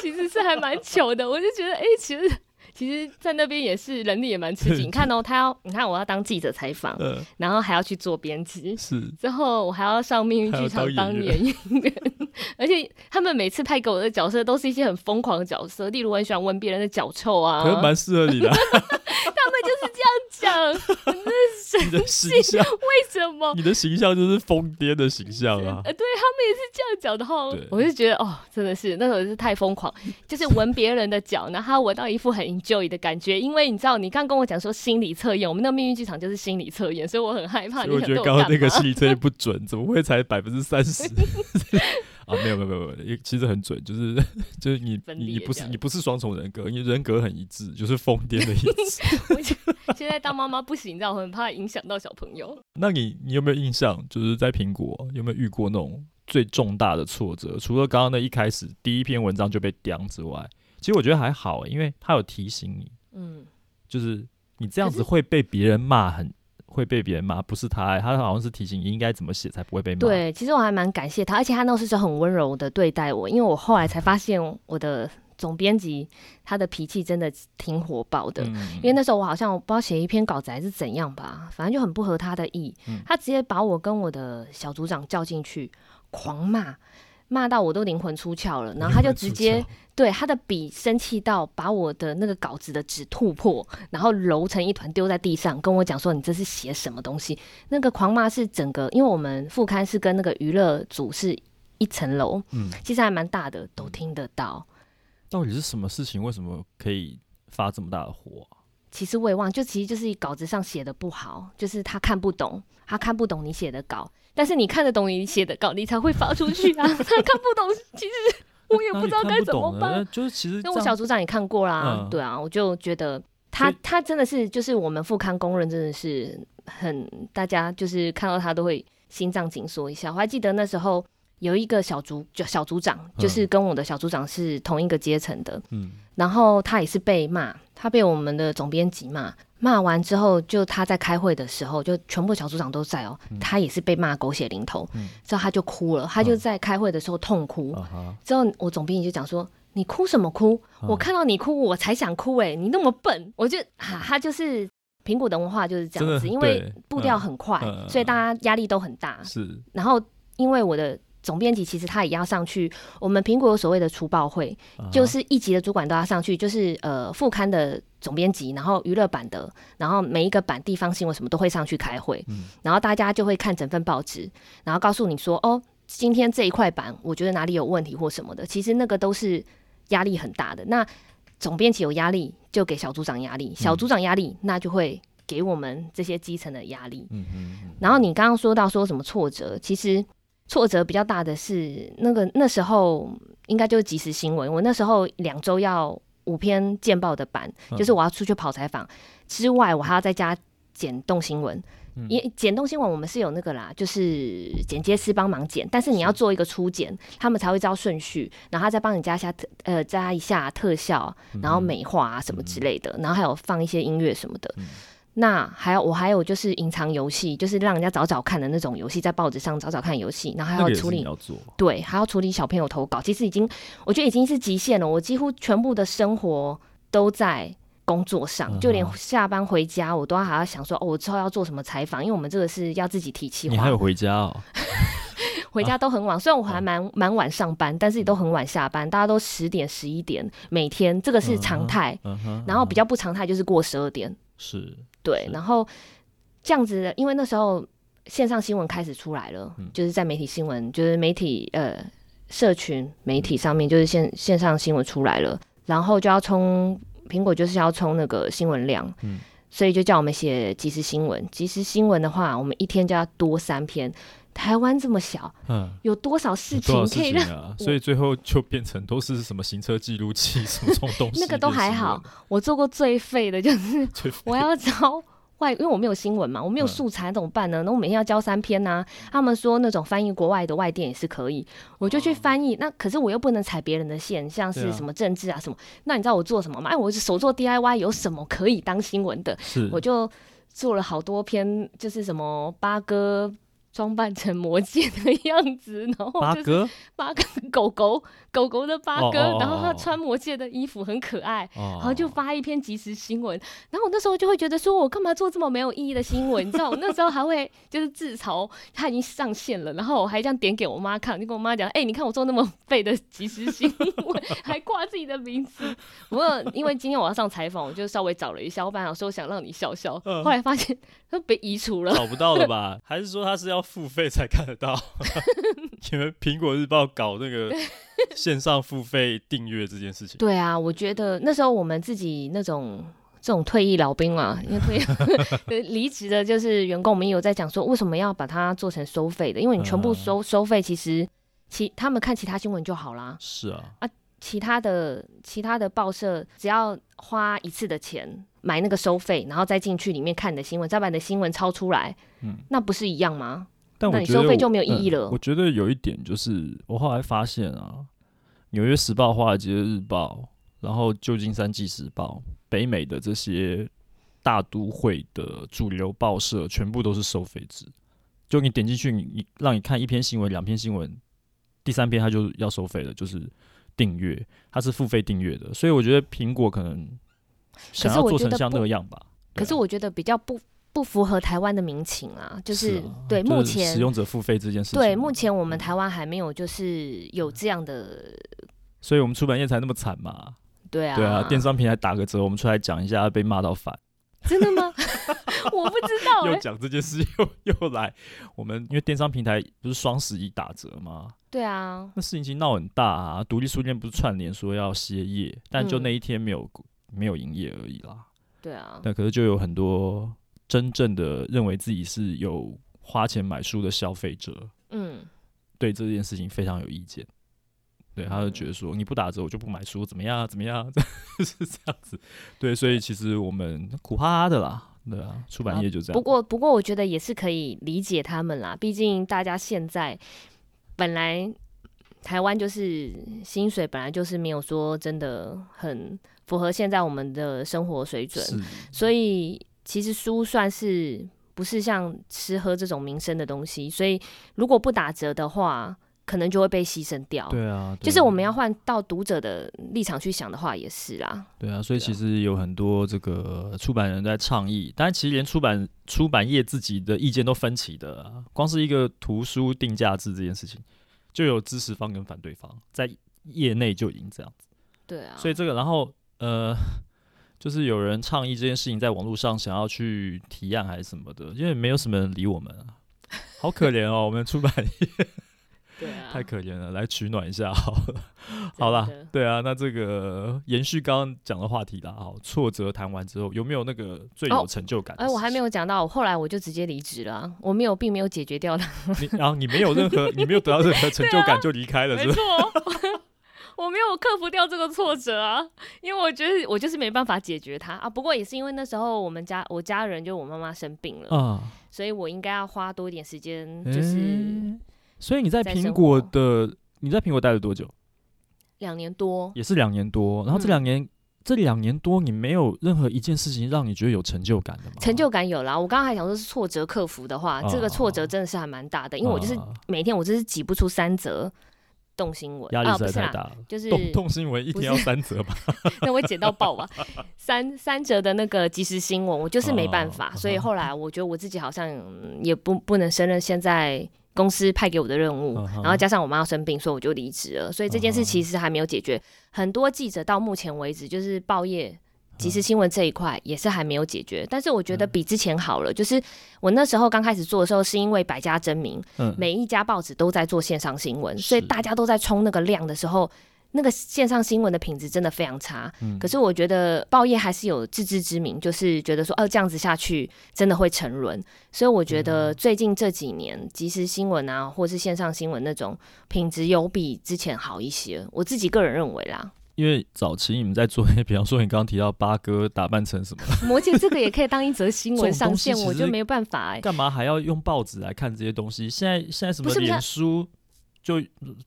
B: 其实是还蛮糗的，我就觉得哎、其实其实，在那边也是人力也蛮 吃紧。你看哦，他要你看我要当记者采访，
A: 呃
B: 然后还要去做编辑，
A: 是
B: 之后我还要上命运剧场当演员， 而且他们每次派给我的角色都是一些很疯狂的角色，例如我很喜欢闻别人的脚臭啊，
A: 可能蛮适合你的 啊，
B: 讲为
A: 你的形象，
B: 什么？
A: 你的形象就是疯癫的形象啊。
B: 呃，对他们也是这样讲的话
A: 对，
B: 我就觉得哦，真的是那时候是太疯狂，就是闻别人的脚，然后他闻到一副很 enjoy 的感觉，因为你知道，你刚跟我讲说心理测验，我们那个命运剧场就是心理测验，所以我很啊害
A: 所
B: 怕
A: 以
B: 你
A: 我
B: 想
A: 觉
B: 对
A: 得
B: 我
A: 刚刚那
B: 干
A: 个
B: 嘛。
A: 心理测验不准，怎么会才百分之三 十？啊，没有没有没有，没有其实很准，就是 就是你
B: 分
A: 你
B: 裂
A: 你不
B: 这
A: 是
B: 样
A: 你不是双重人格，你人格很一致，就是疯癫的一 致。
B: 我觉得现在当妈妈不行，你知道，我很怕影响到小朋友。
A: 那你你有没有印象，就是在苹果有没有遇过那种最重大的挫折？除了刚刚那一开始第一篇文章就被刁之外，其实我觉得还好、欸因为他有提醒你，
B: 嗯，
A: 就是你这样
B: 可
A: 子
B: 是
A: 会被别人骂很，会被别人骂，不是他、欸他好像是提醒你应该怎么写才不会被骂。，
B: 对，其实我还蛮感谢他，而且他那时候很温柔的对待我，因为我后来才发现我的总编辑他的脾气真的挺火爆的。
A: 嗯
B: 因为那时候我好像我不知道写一篇稿子还是怎样吧，反正就很不合他的意，
A: 嗯
B: 他直接把我跟我的小组长叫进去，狂骂，骂到我都灵魂出窍了，然后他就直接对他的笔生气到把我的那个稿子的纸吐破，然后揉成一团丢在地上，跟我讲说你这是写什么东西？那个狂骂是整个，因为我们副刊是跟那个娱乐组是一层楼，
A: 嗯，
B: 其实还蛮大的，都听得到。
A: 到底是什么事情？为什么可以发这么大的火啊、
B: 其实我也忘，就其实就是稿子上写的不好，就是他看不懂，他看不懂你写的稿，但是你看得懂你写的稿，你才会发出去啊。他看 不懂，其实我也
A: 哪
B: 不
A: 里
B: 知道
A: 看
B: 该
A: 不
B: 怎么
A: 懂呢
B: 办。
A: 那就是其实
B: 因
A: 这
B: 为我小
A: 样，
B: 组长也看过啦，
A: 嗯
B: 对啊，我就觉得
A: 所
B: 他
A: 以
B: 他真的是就是我们副刊工人真的是很大家就是看到他都会心脏紧缩一下。我还记得那时候有一个小组就小组长，就是跟我的小组长是同一个阶层的，
A: 嗯，
B: 然后他也是被骂，他被我们的总编辑骂，骂完之后，就他在开会的时候，就全部小组长都在哦，他也是被骂狗血淋头，
A: 嗯
B: 之后他就哭了，他就在开会的时候痛哭。
A: 啊哈，
B: 之后我总编辑就讲说：“你哭什么哭？
A: 嗯
B: 我看到你哭，我才想哭哎、你那么笨。”我就哈、他就是苹果的文化就是这
A: 真
B: 样
A: 的
B: 子，
A: 很
B: 因为
A: 对
B: 步调
A: 嗯
B: 很快，
A: 嗯嗯
B: 所以
A: 嗯
B: 大家压力都很大。
A: 是
B: 然后因为我的总编辑其实他也要上去，我们苹果有所谓的除报会，
A: 啊哈
B: 就是一级的主管都要上去，就是呃副刊的总编辑，然后娱乐版的，然后每一个版地方新闻什么都会上去开会，
A: 嗯
B: 然后大家就会看整份报纸，然后告诉你说哦，今天这一块版我觉得哪里有问题或什么的，其实那个都是压力很大的。那总编辑有压力，就给小组长压力，小组长压力，那就会给我们这些基层的压力。
A: 嗯嗯嗯
B: 然后你刚刚说到说什么挫折，其实挫折比较大的是那个那时候应该就是即时新闻，我那时候两周要五篇见报的版，
A: 嗯
B: 就是我要出去跑采访之外，我还要在家。剪动新闻，
A: 嗯
B: 也剪动新闻，我们是有那个啦，就是剪接师帮忙剪，但是你要做一个初剪，他们才会知道顺序，然后他再帮你加一下特呃加一下特效，啊
A: 嗯
B: 然后美化啊什么之类的，然后还有放一些音乐什么
A: 嗯
B: 的。那还有我还有就是隐藏游戏，就是让人家找找看的那种游戏，在报纸上找找看游戏，然后还
A: 那个
B: 要
A: 也是
B: 处
A: 你
B: 理
A: 要做，
B: 对，还要处理小朋友投稿，其实已经我觉得已经是极限了。我几乎全部的生活都在工作上，就连
A: 嗯哼
B: 下班回家我都还要想说，哦，我之后要做什么采访，因为我们这个是要自己提企
A: 你还
B: 划
A: 有，啊嗯回家哦，
B: 回家都很晚。虽然我还蛮蛮晚上班，但是也都很晚下班，大家都十点十一点，每天这个是
A: 嗯
B: 常
A: 哼
B: 态。
A: 嗯哼，
B: 然后
A: 嗯
B: 比较不常态就是过十二点，
A: 哼是
B: 对，
A: 是
B: 然后这样子，因为那时候线上新闻开始出来了，
A: 嗯
B: 就是在媒体新闻，就是媒体呃社群媒体上面，就是
A: 嗯
B: 线线上新闻出来了，然后就要冲苹果，就是要冲那个新闻量，
A: 嗯
B: 所以就叫我们写即时新闻。即时新闻的话，我们一天就要多三篇。台湾这么小，
A: 嗯。
B: 有多少事
A: 有多少
B: 情
A: 事
B: 可以
A: 情
B: 让
A: 啊，所以最后就变成都是什么行车记录器什么这种东西，
B: 那个都
A: 变
B: 还
A: 新闻
B: 好
A: 了，
B: 我做过最废的就是
A: 最
B: 我要找外，因为我没有新闻嘛，我没有
A: 嗯
B: 素材，怎么办呢？那我每天要交三篇呐、他们说那种翻译国外的外电也是可以，我就去翻译。那可是我又不能踩别人的线，像
A: 哦对
B: 是
A: 啊
B: 什么政治啊什么。那你知道我做什么吗？哎，我是手做 DIY，有什么可以当新闻的？
A: 是
B: 我就做了好多篇，就是什么八哥。装扮成魔戒的样子，然后
A: 八
B: 就是
A: 哥
B: 八哥狗狗狗狗的八哥，
A: 哦哦哦
B: 然后
A: 哦
B: 他
A: 哦
B: 穿魔戒的衣服很可爱，
A: 哦，
B: 然后就发一篇即时新闻，然后我那时候就会觉得说，我干嘛做这么没有意义的新闻？你知道，我那时候还会就是自嘲，它已经上线了，然后我还这样点给我妈看，就跟我妈讲，哎、你看我做那么废的即时新闻， 还挂自己的名字。不过因为今天我要上采访，我就稍微找了一下，我本来想说想让你笑笑，
A: 嗯
B: 后来发现都被移除了。
A: 找不到了吧？还是说他是要付费才看得 到？你们苹果日报搞那个线上付费订阅这件事情，
B: 对啊，我觉得那时候我们自己那种这种退役老兵 嘛，因为退役离职的就是员工，我们也有在讲说为什么要把它做成收费的，因为你全
A: 嗯
B: 部收、收费，其实其他们看其他新闻就好啦，
A: 是啊，
B: 其他的其他的报社只要花一次的钱买那个收费，然后再进去里面看你的新闻，再把你的新闻抄出来，
A: 嗯
B: 那不是一样吗？
A: 但
B: 那
A: 我
B: 你
A: 觉得
B: 收费
A: 我嗯
B: 就没有意义了
A: 我觉得有一点就是，我后来发现啊，《纽约时报》、《华尔街日报》，然后《旧金山纪时报》，北美的这些大都会的主流报社，全部都是收费制。就你点进去，你你让你看一篇新闻、两篇新闻，第三篇它就要收费了，就是订阅，它是付费订阅的。所以我觉得苹果可能想
B: 是
A: 要
B: 我
A: 做
B: 觉
A: 成
B: 得
A: 像那
B: 不
A: 样吧。
B: 可是
A: 对啊
B: 我觉得比较不不符合台湾的民情啊，就是
A: 啊
B: 对
A: 就是
B: 目前
A: 使用者付费这件事情，嗯
B: 对目，前我们台湾还没有就是有这样的
A: 所以我们出版业才那么惨嘛。
B: 对啊
A: 对啊，电商平台打个折，我们出来讲一下，被骂到烦。
B: 真的吗？ 我不知道哎、
A: 又讲这件事， 又又来。我们因为电商平台不是双十一打折吗？
B: 对啊，
A: 那事情已经闹很大啊。独立书店不是串联说要歇业，但就
B: 嗯
A: 那一天没有、没有营业而已啦。
B: 对啊，
A: 那可是就有很多真正的认为自己是有花钱买书的消费者，
B: 嗯，
A: 对这件事情非常有意见。对，他就觉
B: 嗯
A: 得说你不打折，我就不买书，怎么样啊？怎么样啊？ 是这样子。对，所以其实我们苦哈哈的啦，对啊，出版业就这样。
B: 不过不过我觉得也是可以理解他们啦，毕竟大家现在本来台湾就是薪水本来就是没有说真的很符合现在我们的生活水准，
A: 是
B: 所以其实书算是不是像吃喝这种民生的东西，所以如果不打折的话，可能就会被牺牲掉。
A: 对啊，
B: 就
A: 对
B: 是
A: 啊
B: 我们要换到读者的立场去想的话，也是啦。
A: 对啊，所以
B: 对啊
A: 其实有很多这个出版人在倡议，但其实连出版出版业自己的意见都分歧的啊、光是一个图书定价制这件事情，就有支持方跟反对方，在业内就已经这样子。
B: 对啊，
A: 所以这个，然后呃，就是有人倡议这件事情在网络上想要去提案还是什么的，因为没有什么人理我们啊，好可怜哦，我们出版业
B: 对啊，
A: 太可怜了，来取暖一下好了。好啦
B: 真的，
A: 对啊，那这个延续刚刚讲的话题啦，好，挫折谈完之后，有没有那个最有
B: 哦
A: 成就感的
B: 哎、
A: 事情？
B: 我还没有讲到，我后来我就直接离职了啊，我没有，并没有解决掉它。
A: 你，然后你没有任何，你没有得到任何成就
B: 啊
A: 感就离开了，是不是？
B: 错， 我没有克服掉这个挫折啊，因为我觉得我就是没办法解决它啊。不过也是因为那时候我们家我家人就我妈妈生病了，
A: 啊，
B: 所以我应该要花多一点时间，就是
A: 诶所以你在
B: 在
A: 苹
B: 生
A: 果
B: 活
A: 的，你在苹果待了多久？
B: 两年多。
A: 也是两年多，然后这
B: 嗯
A: 两年、这两年多，你没有任何一件事情让你觉得有成就感的吗？
B: 成就感有啦，我刚刚还想说是挫折克服的话，这
A: 啊
B: 个挫折真的是还蛮大的，因为我就是
A: 啊
B: 每天我就是挤不出三则动新闻，
A: 压力
B: 啊
A: 实在
B: 不是
A: 太
B: 啦，
A: 大了。
B: 就是
A: 动动新闻一
B: 不
A: 天要三折吧？
B: 那我剪到爆吧。三三折的那个即时新闻，我就是没办法，
A: 哦
B: 所以后来我觉得我自己好像嗯也不不能胜任现在公司派给我的任务，
A: 嗯哼
B: 然后加上我妈要生病，所以我就离职了。所以这件
A: 啊
B: 事其实还没有解决，很多记者到目前为止就是报业。即
A: 嗯
B: 时新闻这一块也是还没有解决，但是我觉得比之前好了。就是我那时候刚开始做的时候，是因为百家争鸣，
A: 嗯，
B: 每一家报纸都在做线上新闻，所以
A: 是
B: 大家都在冲那个量的时候，那个线上新闻的品质真的非常差。
A: 嗯
B: 可是我觉得报业还是有自知之明，就是觉得说，哦、这样子下去真的会沉沦。所以我觉
A: 嗯
B: 得最近这几年，即时新闻啊，或是线上新闻那种品质有比之前好一些，我自己个人认为啦。
A: 因为早期你们在做， 比方说你刚刚提到八哥打扮成什么，
B: 摩羯这个也可以当一则新闻
A: 这种
B: 上
A: 东西
B: 线，我
A: 其实
B: 就没有办法哎、
A: 干嘛还要用报纸来看这些东西？现在现在什
B: 不
A: 么
B: 是不是
A: 脸书、就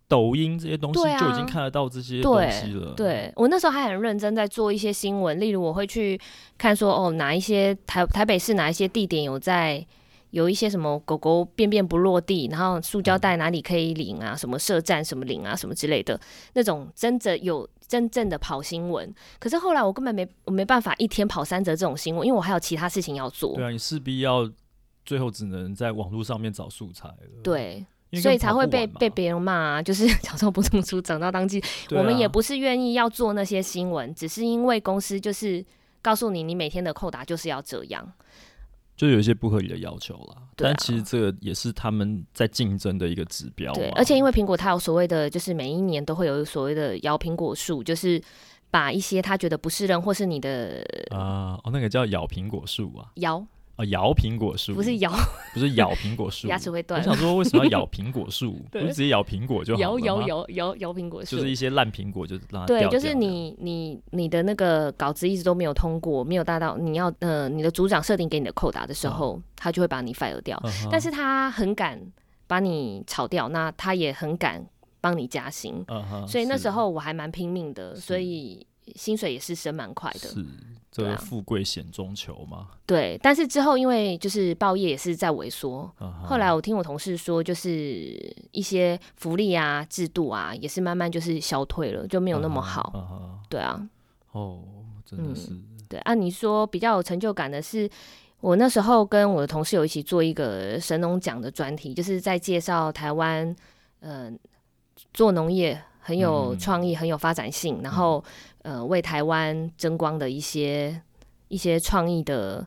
A: 抖音这些东西
B: 对啊
A: 就已经看得到这些东西了。
B: 对我那时候还很认真在做一些新闻，例如我会去看说哦哪一些台台北市哪一些地点有在有一些什么狗狗便便不落地，然后塑胶袋哪里可以领啊，什么设站什么领啊什么之类的那种真的有真正的跑新闻。可是后来我根本没我没办法一天跑三则这种新闻，因为我还有其他事情要做
A: 对。啊，你势必要最后只能在网络上面找素材了。
B: 对，
A: 因为根本
B: 所以才会
A: 跑不
B: 被
A: 完嘛
B: 被别人骂啊，就是 小时候不读书，长大当记
A: 对啊
B: 我们也不是愿意要做那些新闻，只是因为公司就是告诉你，你每天的扣打就是要这样。
A: 就有一些不合理的要求啦。
B: 对啊
A: 但其实这个也是他们在竞争的一个指标嘛。
B: 对，而且因为苹果它有所谓的，就是每一年都会有所谓的摇苹果树，就是把一些他觉得不是人或是你的
A: 啊、哦，那个叫咬苹果树啊，
B: 摇，
A: 啊、咬苹果树
B: 不是摇
A: 不是咬苹果树，
B: 牙齿会
A: 我
B: 断，
A: 想说为什么要咬苹果树？不
B: 对
A: 是直接咬苹果就好
B: 摇
A: 了
B: 摇
A: 吗
B: 摇摇摇苹果树，
A: 就是一些烂苹果，就是让它
B: 对，
A: 掉
B: 就是
A: 掉
B: 你你你的那个稿子一直都没有通过，没有达到你要呃你的组长设定给你的扣打的时
A: 哦
B: 候，他就会把你 fire 掉。
A: 嗯哼
B: 但是他很敢把你炒掉，那他也很敢帮你加薪，
A: 嗯哼
B: 所以那
A: 是
B: 时候我还蛮拼命的，
A: 是
B: 所以薪水也是升蛮快的。
A: 是这
B: 对
A: 个
B: 啊
A: 富贵险中求嘛。
B: 对，但是之后因为就是报业也是在萎缩。
A: 嗯哼
B: 后来我听我同事说，就是一些福利啊、制度啊，也是慢慢就是消退了，就没有那么好。
A: 嗯哼嗯哼
B: 对啊，
A: 哦，真的
B: 嗯
A: 是
B: 对啊，你说比较有成就感的是，我那时候跟我的同事有一起做一个神农奖的专题，就是在介绍台湾，呃，做农业很有
A: 嗯
B: 创意、很有发展性，然后呃，为台湾争光的一些一些创意的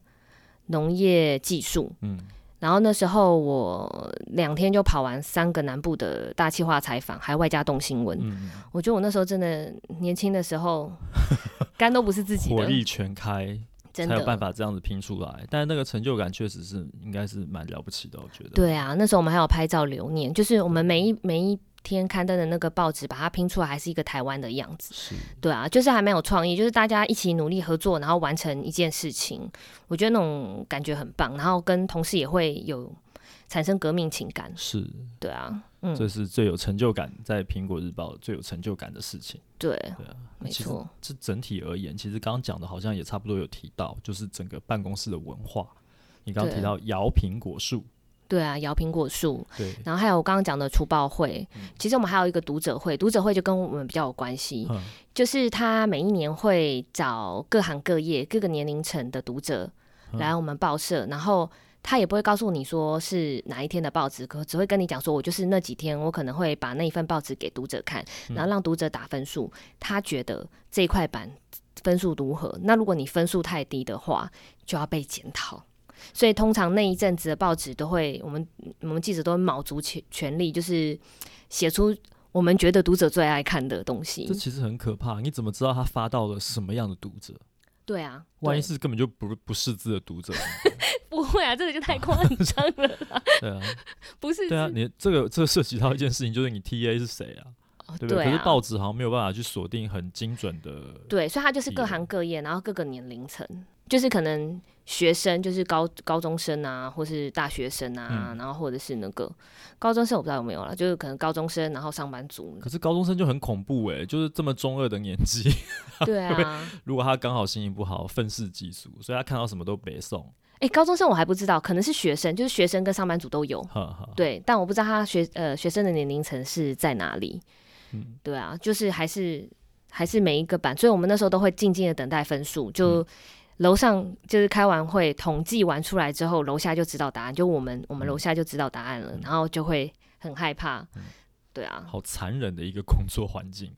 B: 农业技术。
A: 嗯
B: 然后那时候我两天就跑完三个南部的大气化采访，还外加动新闻。
A: 嗯，
B: 我觉得我那时候真的年轻的时候， 肝都不是自己
A: 火
B: 的，
A: 力全开
B: 真
A: 才有办
B: 的。
A: 法这样子拼出来，但是那个成就感确实是应该是蛮了不起的，我觉得。
B: 对啊，那时候我们还有拍照留念，就是我们每一每一天刊登的那个报纸，把它拼出来还是一个台湾的样子。
A: 是，
B: 对啊，就是还蛮有创意，就是大家一起努力合作，然后完成一件事情，我觉得那种感觉很棒。然后跟同事也会有产生革命情感。
A: 是，
B: 对啊，嗯，
A: 这是最有成就感，在苹果日报最有成就感的事情。
B: 对，
A: 对啊，
B: 没
A: 其实
B: 错，
A: 这整体而言，其实刚刚讲的好像也差不多有提到，就是整个办公室的文化。你刚刚提
B: 对
A: 到摇苹果树，
B: 对啊，摇苹果树，
A: 对，
B: 然后还有我刚刚讲的除报会，其实我们还有一个读者会，读者会就跟我们比较有关系，
A: 嗯
B: 就是他每一年会找各行各业、各个年龄层的读者
A: 嗯
B: 来我们报社，然后他也不会告诉你说是哪一天的报纸，可只会跟你讲说，我就是那几天，我可能会把那一份报纸给读者看，然后让读者打分数，他觉得这一块版分数如何？那如果你分数太低的话，就要被检讨。所以通常那一阵子的报纸都会，我们我们记者都会卯足全全力，就是写出我们觉得读者最爱看的东西
A: 这。其实很可怕。你怎么知道他发到了什么样的读者？
B: 对啊，
A: 万一
B: 对
A: 是根本就不不识字的读者，
B: 不会啊，这个就太夸张了 啦，
A: 对啊，
B: 不是？
A: 对 啊，你这个这个涉及到一件事情，就是你 TA 是谁啊，
B: 哦
A: 对不
B: 对
A: 可
B: 啊
A: 是报纸好像没有办法去锁定很精准的，
B: 对，所以它就是各
A: 也
B: 行各业，然后各个年龄层，就是可能学生，就是高高中生啊，或是大学生啊，
A: 嗯
B: 然后或者是那个高中生，我不知道有没有啦，就是可能高中生，然后上班 族，
A: 可是高中生就很恐怖诶、就是这么中二的年纪，
B: 对啊，
A: 如果他刚好心情不好，愤世嫉俗，所以他看到什么都北送，
B: 哎、高中生我还不知道，可能是学生，就是学生跟上班族都有，
A: 哈哈，
B: 对，但我不知道他学呃学生的年龄层是在哪里，
A: 嗯
B: 对啊，就是还是还是每一个版，所以我们那时候都会静静的等待分数，
A: 嗯
B: 就楼上就是开完会统计完出来之后，楼下就知道答案，就我们我们
A: 嗯
B: 楼下就知道答案了，然后就会很害怕，对啊，
A: 好残忍的一个工作环境。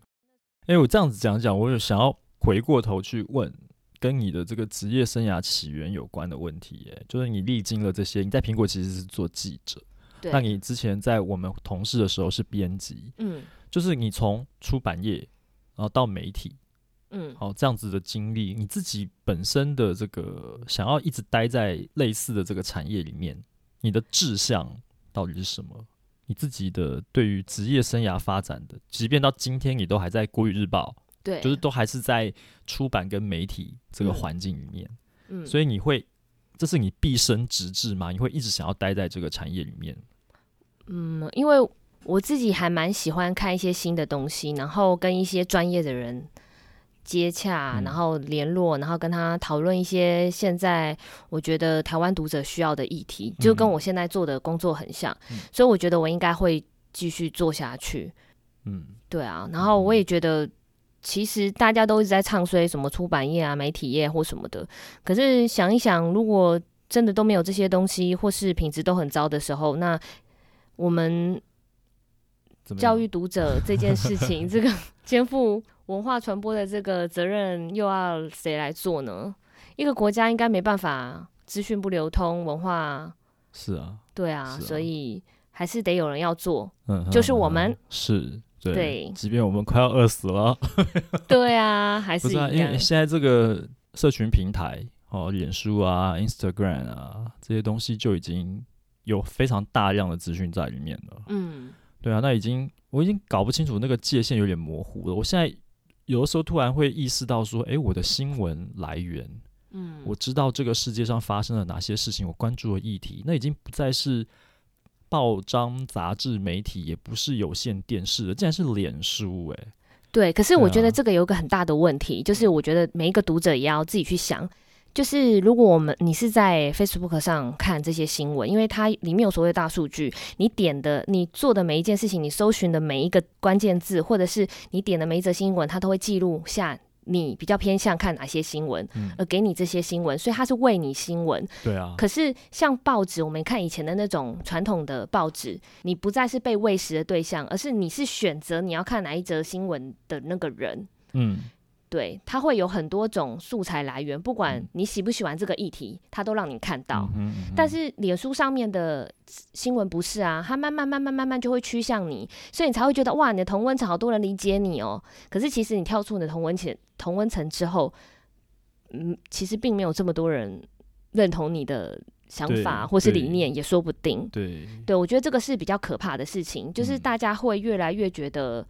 A: 诶，我这样子讲讲，我有想要回过头去问。跟你的这个职业生涯起源有关的问题、耶，就是你历经了这些，你在苹果其实是做记者，
B: 对，
A: 那你之前在我们同事的时候是编辑，
B: 嗯
A: 就是你从出版业，然后到媒体，
B: 嗯
A: 好、这样子的经历，你自己本身的这个想要一直待在类似的这个产业里面，你的志向到底是什么？你自己的对于职业生涯发展的，即便到今天你都还在国语日报，
B: 对，
A: 就是都还是在出版跟媒体这个环境里面，
B: 嗯，
A: 所以你会，这是你毕生直至吗？你会一直想要待在这个产业里面？
B: 嗯，因为我自己还蛮喜欢看一些新的东西，然后跟一些专业的人接洽，
A: 嗯
B: 然后联络，然后跟他讨论一些现在我觉得台湾读者需要的议题，就跟
A: 嗯
B: 我现在做的工作很像，
A: 嗯
B: 所以我觉得我应该会继续做下去。
A: 嗯
B: 对啊，然后我也觉得，其实大家都一直在唱衰什么出版业啊、媒体业或什么的，可是想一想，如果真的都没有这些东西，或是品质都很糟的时候，那我们
A: 怎么样
B: 教育读者这件 事情，这个肩负文化传播的这个责任，又要谁来做呢？一个国家应该没办法，资讯不流通，文化
A: 是啊，
B: 对啊，
A: 是啊
B: 所以还是得有人要做。
A: 嗯哼，
B: 就是
A: 嗯
B: 我
A: 哼
B: 们
A: 是，对，
B: 对
A: 即便我们快要饿死了，
B: 对啊，还
A: 不
B: 是
A: 是啊，
B: 一
A: 因
B: 样
A: 为。现在这个社群平台哦，脸书啊、Instagram 啊这些东西就已经有非常大量的资讯在里面了。
B: 嗯，
A: 对啊，那已经我已经搞不清楚那个界限有点模糊了。我现在有的时候突然会意识到说，诶，我的新闻来源，
B: 嗯，
A: 我知道这个世界上发生了哪些事情，我关注的议题，那已经不再是报章、杂志、媒体，也不是有线电视了，竟然是脸书、诶。
B: 对。可是
A: 对
B: 我
A: 啊
B: 觉得这个有一个很大的问题，就是我觉得每一个读者也要自己去想。就是如果我们你是在 Facebook 上看这些新闻，因为它里面有所谓的大数据，你点的、你做的每一件事情，你搜寻的每一个关键字，或者是你点的每一则新闻，它都会记录下你比较偏向看哪些新闻，
A: 嗯
B: 而给你这些新闻，所以它是为你新闻。
A: 对啊，
B: 可是像报纸，我们看以前的那种传统的报纸，你不再是被喂食的对象，而是你是选择你要看哪一则新闻的那个人。
A: 嗯，
B: 对，它会有很多种素材来源，不管
A: 嗯
B: 你喜不喜欢这个议题，它都让你看到。
A: 嗯哼嗯哼
B: 但是脸书上面的新闻不是啊，它慢慢慢慢慢慢就会趋向你，所以你才会觉得哇，你的同温层好多人理解你哦。可是其实你跳出你的同温层同温层之后，嗯，其实并没有这么多人认同你的想法
A: 对
B: 或是
A: 对
B: 理念，也说不定。
A: 对，
B: 对，我觉得这个是比较可怕的事情，就是
A: 嗯
B: 大家会越来越觉得，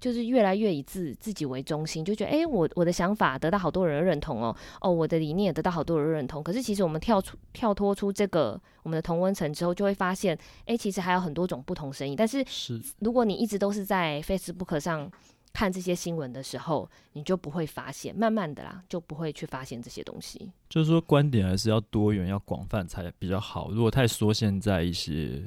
B: 就是越来越以自自己为中心，就觉得哎、诶我我的想法得到好多人的认同哦，哦，我的理念也得到好多人的认同。可是其实我们跳出跳脱出这个我们的同温层之后，就会发现，哎、其实还有很多种不同声音。但是
A: 是
B: 如果你一直都是在 Facebook 上。看这些新闻的时候，你就不会发现，慢慢的啦，就不会去发现这些东西。
A: 就是说观点还是要多元、要广泛才比较好。如果太缩限在一些，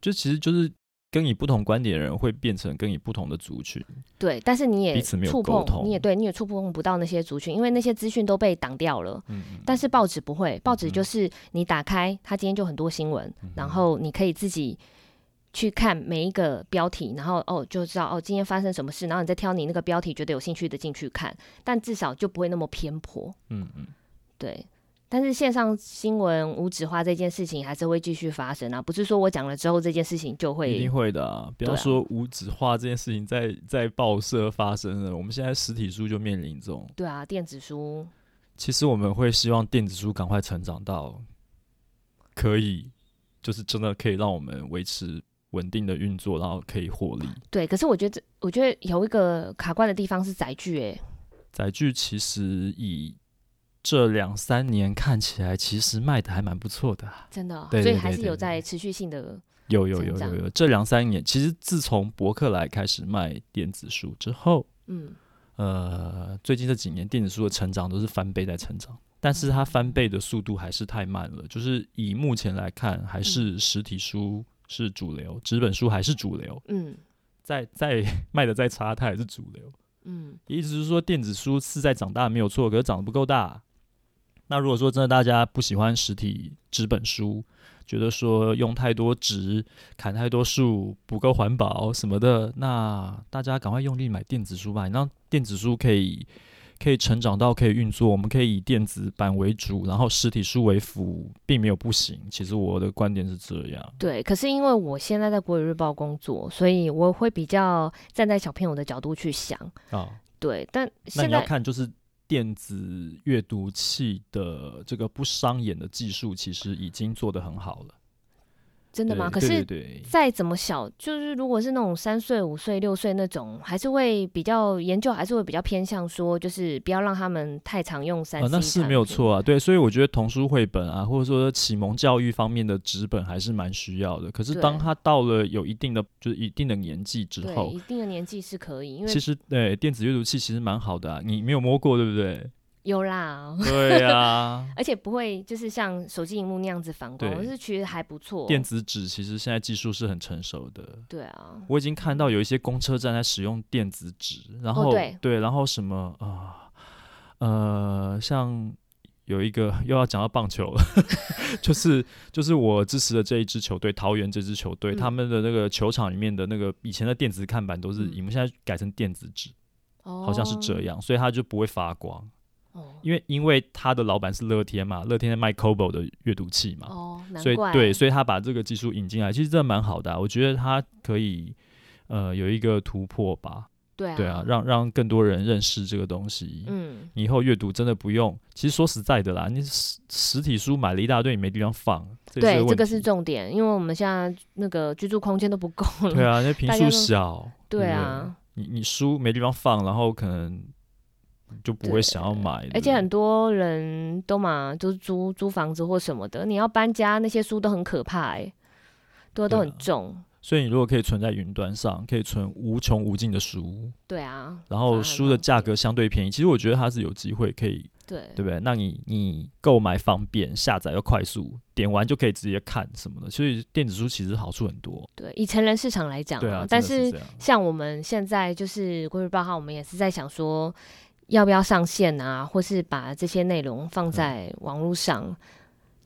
A: 就其实就是跟你不同观点的人会变成跟你不同的族群。
B: 对，但是你也
A: 彼此没有
B: 触
A: 沟
B: 碰，
A: 通
B: 你也对，你也触碰不到那些族群，因为那些资讯都被挡掉了。
A: 嗯，
B: 但是报纸不会，报纸
A: 嗯哼嗯
B: 就是你打开，它今天就很多新闻，然后你可以自己去看每一个标题，然后哦就知道哦今天发生什么事，然后你再挑你那个标题觉得有兴趣的进去看，但至少就不会那么偏颇，
A: 嗯嗯，
B: 对。但是线上新闻无纸化这件事情还是会继续发生啊，不是说我讲了之后这件事情就
A: 一
B: 会
A: 定会的啊！不
B: 对
A: 要
B: 啊
A: 说无纸化这件事情在在报社发生了，我们现在实体书就面临这种。
B: 对啊，电子书
A: 其实我们会希望电子书赶快成长到可以，就是真的可以让我们维持稳定的运作，然后可以获利。
B: 对，可是我觉得这我觉得有一个卡关的地方是载具、欸，
A: 载具其实以这两三年看起来，其实卖的还蛮不错的啊、
B: 真的哦、
A: 对
B: 所以
A: 对
B: 还
A: 对
B: 是
A: 对
B: 有
A: 对
B: 在持续性的
A: 有有有
B: 成
A: 有
B: 长
A: 有，这两三年其实自从博客来开始卖电子书之后，
B: 嗯。
A: 呃，最近这几年电子书的成长都是翻倍在成长，但是它翻倍的速度还是太慢了。就是以目前来看，还
B: 嗯
A: 是实体书是主流，纸本书还是主流，
B: 嗯
A: 再再 卖的再差，它还是主流。
B: 嗯
A: 意思是说，电子书是在长大没有错，可是长得不够大。那如果说真的大家不喜欢实体纸本书，觉得说用太多纸、砍太多树不够环保什么的，那大家赶快用力买电子书吧。你让电子书可以可以成长到可以运作，我们可以以电子版为主，然后实体书为辅，并没有不行。其实我的观点是这样，，
B: 对。可是因为我现在在国语日报工作，所以我会比较站在小朋友的角度去想，
A: 啊。
B: 对。但
A: 那
B: 现
A: 你要
B: 在
A: 看就是电子阅读器的这个不伤眼的技术，其实已经做得很好了。
B: 真的吗？
A: 对
B: 可
A: 对
B: 是
A: 对对
B: 再怎么小，就是如果是那种三岁、五岁、六岁那种，还是会比较研究，还是会比较偏向说，就是不要让他们太常用三 C、
A: 啊，那是没有。错啊，对，所以我觉得童书绘本啊，或者说启蒙教育方面的纸本还是蛮需要的。可是
B: 对
A: 当他到了有一定的就是一定的年纪之
B: 对，
A: 后
B: 一，定的年纪是可以，因为
A: 其实对电子阅读器其实蛮好的啊，你没有摸过对不 对？
B: 有啦， ，
A: 对啊
B: 而且不会就是像手机荧幕那样子反光，
A: 对
B: 我是觉得还不错。
A: 电子纸其实现在技术是很成熟的。
B: 对啊，
A: 我已经看到有一些公车站在使用电子纸，然
B: 哦
A: 后、
B: 对
A: 然后什么啊呃像有一个又要讲到棒球了， 就是就是我支持的这一支球队，桃园这支球队，
B: 嗯
A: 他们的那个球场里面的那个以前的电子看板都是，
B: 嗯
A: 你们现在改成电子纸，
B: 哦，
A: 好像是这样，所以它就不会发光，
B: 哦。
A: 因为因为它的老板是乐天嘛，乐天在卖 Kobo 的阅读器嘛，
B: 哦，难
A: 所以
B: 怪
A: 对，所以他把这个技术引进来，其实真的蛮好的啊、我觉得他可以呃有一个突破吧，
B: 对啊，
A: 对啊，让让更多人认识这个东西。
B: 嗯，
A: 你以后阅读真的不用，其实说实在的啦，你实实体书买了一大堆，你没地方放，这也
B: 对，这
A: 问
B: 个
A: 题
B: 是重点，因为我们现在那个居住空间都不够了。
A: 对啊，那平
B: 大
A: 数
B: 家都
A: 小，
B: 对
A: 不
B: 啊，
A: 你你书没地方放，然后可能就不会
B: 对
A: 想要买，
B: 而且很多人都嘛，就是租租房子或什么的，你要搬家，那些书都很可怕哎、对
A: 对
B: 啊，都
A: 啊
B: 很重。
A: 所以你如果可以存在云端上，可以存无穷无尽的书，
B: 对啊，
A: 然
B: 反而
A: 后
B: 很
A: 书的
B: 方
A: 价
B: 便
A: 格相对便宜，其实我觉得它是有机会可以
B: 对
A: 对不对？那你你购买方便，下载又快速，点完就可以直接看什么的，所以电子书其实好处很多。
B: 对，以成人市场来讲、
A: 对啊，
B: 嗯但
A: 真的
B: 是
A: 是这样
B: 像我们现在就是《国语报号》，我们也是在想说，要不要上线啊，或是把这些内容
A: 嗯
B: 放在网络上，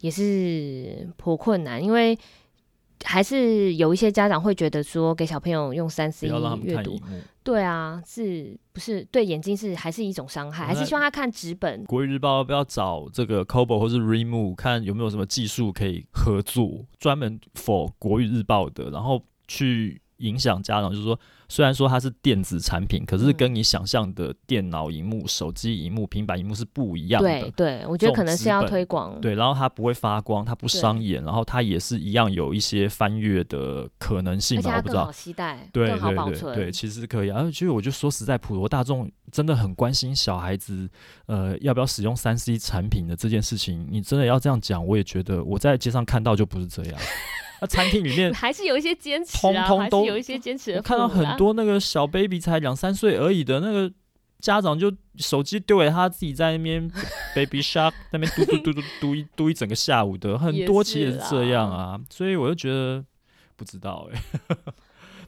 B: 也是颇困难，因为还是有一些家长会觉得说，给小朋友用三
A: 不
B: C
A: 要让他们
B: 阅
A: 看
B: 读
A: 荧，幕。
B: 对啊，是不是对眼睛是还是一种伤害？
A: 那
B: 还是希望他看纸本？
A: 国语日报要不要找这个 Kobo 或是 Remo 看有没有什么技术可以合作，专门否国语日报的，然后去影响家长，就是说，虽然说它是电子产品，可是
B: 嗯
A: 跟你想象的电脑荧幕、手机荧幕、平板荧幕是不一样
B: 对
A: 的。
B: 对，我觉得可能是要推广。
A: 对，然后它不会发光，它不伤眼，然后它也是一样有一些翻阅的可能
B: 而
A: 性
B: 且
A: 吧，
B: 它
A: 我不知
B: 更
A: 道
B: 好。携带，
A: 对
B: 更好
A: 对
B: 保
A: 对
B: 存。，
A: 对，其实可以啊。而且我就说实在，普罗大众真的很关心小孩子，呃，要不要使用三 C 产品的这件事情。你真的要这样讲，我也觉得我在街上看到就不是这样。那、餐厅里面
B: 还是有一些坚持
A: 通
B: 啊，
A: 通
B: 还
A: 都
B: 是有一些坚持的
A: 我
B: 父
A: 看到
B: 母啦啊
A: 很多那个小 baby 才两三岁而已的那个家长，就手机丢给他，自己在那边 baby shark 那边嘟嘟嘟嘟嘟一嘟一整个下午的，很
B: 也
A: 多其实也
B: 是
A: 是这样
B: 啦
A: 啊。所以我就觉得不知道哎、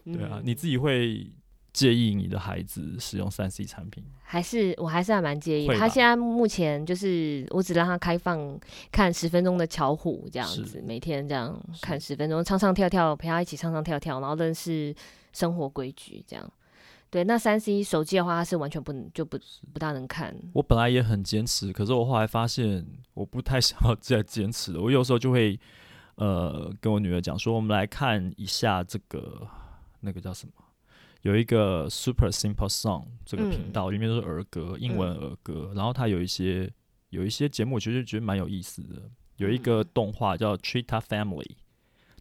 A: 对啊，
B: 嗯
A: 你自己会介意你的孩子使用三 C 产品？
B: 还是我还是还蛮介意的。
A: 会
B: 他
A: 吧
B: 现在目前就是我只让他开放看十分钟的巧虎这样子
A: 是，
B: 每天这样
A: 是
B: 看十分钟，唱唱跳跳，陪他一起唱唱跳跳，然后认识生活规矩这样。对，那三 C 手机的话，他是完全不能就不不大能看。
A: 我本来也很坚持，可是我后来发现我不太想要再坚持了。我有时候就会呃跟我女儿讲说，我们来看一下这个那个叫什么。有一个 Super Simple Song 这个频
B: 嗯
A: 道，里面都是儿歌，英文儿歌，然后它有一些有一些节目，我其实觉得蛮有意思的。有一个
B: 嗯
A: 动画叫《Cheetah Family》，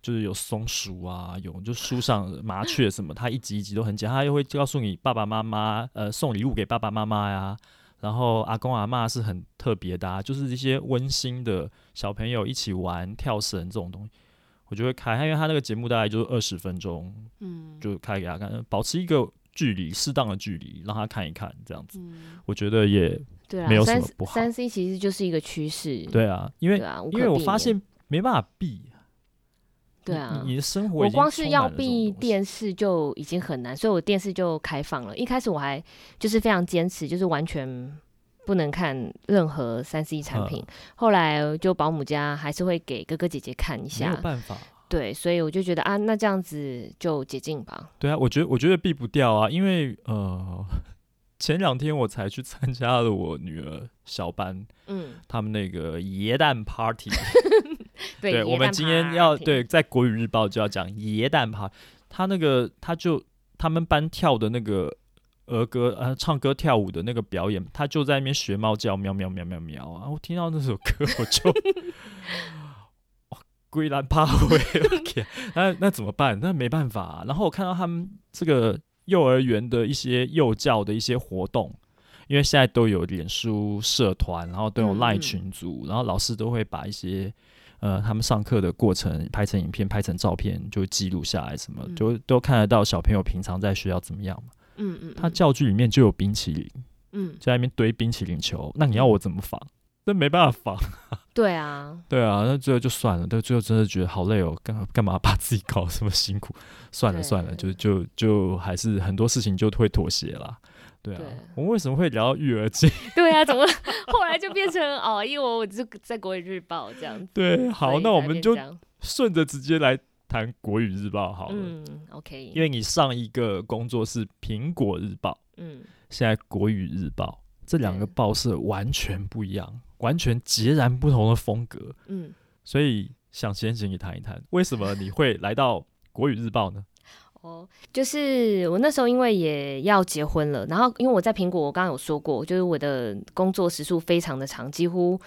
A: 就是有松鼠啊，有就树上的麻雀什么，它一集一集都很简单，它又会告诉你爸爸妈妈，呃，送礼物给爸爸妈妈呀。然后阿公阿嬷是很特别的、啊，就是一些温馨的小朋友一起玩跳绳这种东西，我就会开，因为他那个节目大概就是二十分钟，
B: 嗯
A: 就开给他看，呃保持一个距离，适当的距离，让他看一看这样子。
B: 嗯，
A: 我觉得也
B: 对
A: 没
B: 啊，
A: 有什
B: 三
A: 么不好
B: 三 C 其实就是一个趋势。
A: 对啊，因
B: 嗯对
A: 为
B: 啊，无
A: 因
B: 可
A: 为我
B: 避
A: 发
B: 免
A: 现没办法避，
B: 对啊，
A: 你你的生活
B: 我
A: 已经
B: 光是
A: 充
B: 要
A: 满了这种
B: 闭
A: 东西
B: 电视就已经很难，所以我电视就开放了。一开始我还就是非常坚持，就是完全不能看任何三 C
A: 嗯
B: 产品。后来就保姆家还是会给哥哥姐姐看一
A: 没有
B: 下，
A: 办法。
B: 对，所以我就觉得啊，那这样子就解禁吧。
A: 对啊，我觉得我觉得避不掉啊，因为呃，前两天我才去参加了我女儿小班
B: 嗯，
A: 他们那个椰蛋 party，
B: 对，
A: 我们今天要对在国语日报就要讲椰蛋趴，他那个他就他们班跳的那个儿歌呃唱歌跳舞的那个表演，他就在那边学猫叫喵喵喵喵喵啊！我听到那首歌我就 哇龟兰趴回，我天那那怎么办？那没办法啊、然后我看到他们这个幼儿园的一些幼教的一些活动。因为现在都有脸书社团，然后都有
B: 嗯
A: Line
B: 嗯
A: 群组，然后老师都会把一些呃，他们上课的过程拍成影片、拍成照片，就记录下来，什么、
B: 嗯
A: 就都看得到小朋友平常在学校怎么样嘛。
B: 嗯嗯，
A: 他教具里面就有冰淇淋，
B: 嗯，
A: 就在那边堆冰淇淋球，那你要我怎么防？这没办法防。
B: 对 啊，
A: 对啊，那最后就算了，但最后真的觉得好累哦，干干嘛把自己搞得这么辛苦？算了
B: 对
A: 算了，就就就还是很多事情就会妥协啦。对啊，
B: 对
A: 我们为什么会聊到育儿经？
B: 对啊，怎么后来就变成哦，因为我我就在国语日报这样子。
A: 对，好，
B: 所以
A: 那我
B: 才变
A: 们就
B: 这样
A: 顺着直接来谈国语日报好了。
B: 嗯，OK，
A: 因为你上一个工作是苹果日报，
B: 嗯。
A: 现在国语日报，这两个
B: 对
A: 报社完全不一样，完全截然不同的风格，
B: 嗯
A: 所以想先请你谈一谈，为什么你会来到国语日报呢？
B: 哦，就是我那时候因为也要结婚了，然后因为我在苹果，我刚刚有说过，就是我的工作时数非常的长，几乎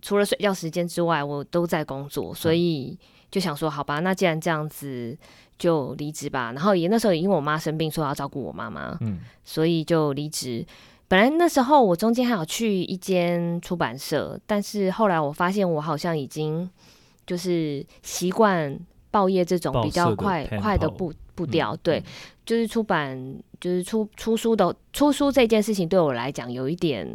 B: 除了睡觉时间之外，我都在工作，所以就想说，好吧，那既然这样子，就离职吧。然后也那时候也因为我妈生病，说要照顾我妈妈，
A: 嗯，
B: 所以就离职。本来那时候我中间还有去一间出版社，但是后来我发现我好像已经就是习惯报业这种
A: 报
B: 比较
A: 社的
B: 快
A: tempo
B: 快的步步调，
A: 嗯
B: 对，，就是出版就是出出书的出书这件事情对我来讲有一点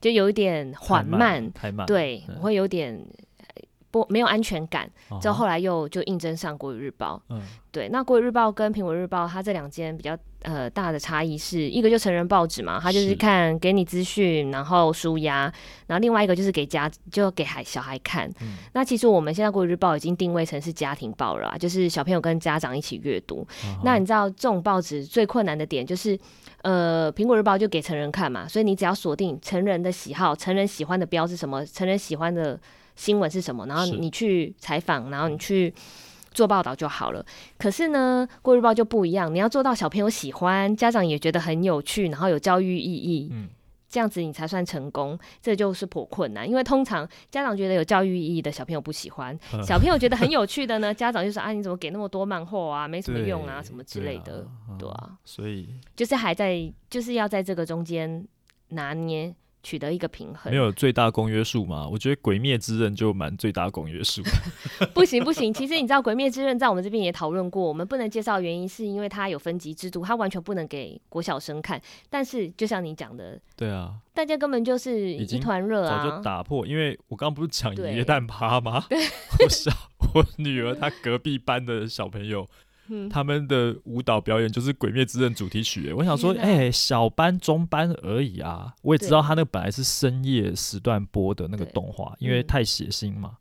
B: 就有一点缓
A: 太
B: 慢，
A: 了嗯太慢了，啊
B: 对，我会有点呃不没有安全感。
A: 嗯
B: 之后后来又就应征上国语日报，
A: 嗯
B: 对，那《国语日报》跟《苹果日报》它这两间比较呃大的差异是一个就成人报纸嘛，它就是
D: 是
B: 看给你资讯，然后舒压，然后另外一个就是给家就给孩小孩看。
D: 嗯
B: 那其实我们现在国语日报已经定位成是家庭报了啊，就是小朋友跟家长一起阅读。
A: 啊嗯
B: 那你知道这种报纸最困难的点就是，呃，苹果日报就给成人看嘛，所以你只要锁定成人的喜好、成人喜欢的标是什么、成人喜欢的新闻是什么，然后
A: 是
B: 你去采访，然后你去做报道就好了。可是呢，过日报就不一样，你要做到小朋友喜欢，家长也觉得很有趣，然后有教育意义，
D: 嗯
B: 这样子你才算成功。这就是颇困难，因为通常家长觉得有教育意义的小朋友不喜欢，
D: 嗯
B: 小朋友觉得很有趣 的呢，家长就说啊，你怎么给那么多漫画啊，没什么
D: 对
B: 用啊，什么之
D: 对
B: 类
D: 啊
B: 的，
D: 嗯
B: 对啊，
A: 所以
B: 就是还在，就是要在这个中间拿捏，取得一个平衡
A: 没。有最大公约数嘛？我觉得《鬼灭之刃》就蛮最大公约 数的。
B: 不行不行，其实你知道《鬼灭之刃》在我们这边也讨论过，我们不能介绍的原因是因为它有分级制度，它完全不能给国小生看。但是就像你讲的，
A: 对啊，
B: 大家根本就是
A: 已
B: 一
A: 经
B: 团热
A: 早
B: 啊
A: 就。打破，因为我刚刚不是讲
B: 对
A: 爷蛋趴 吗？ 我小我女儿她隔壁班的小朋友，
B: 嗯
A: 他们的舞蹈表演就是《鬼灭之刃》主题曲耶。我想说，
B: 天啊
A: 哎、小班、中班而已啊。我也知
B: 对
A: 道他那本来是深夜时段播的那个
B: 对
A: 动画，因为
B: 嗯
A: 太血腥嘛。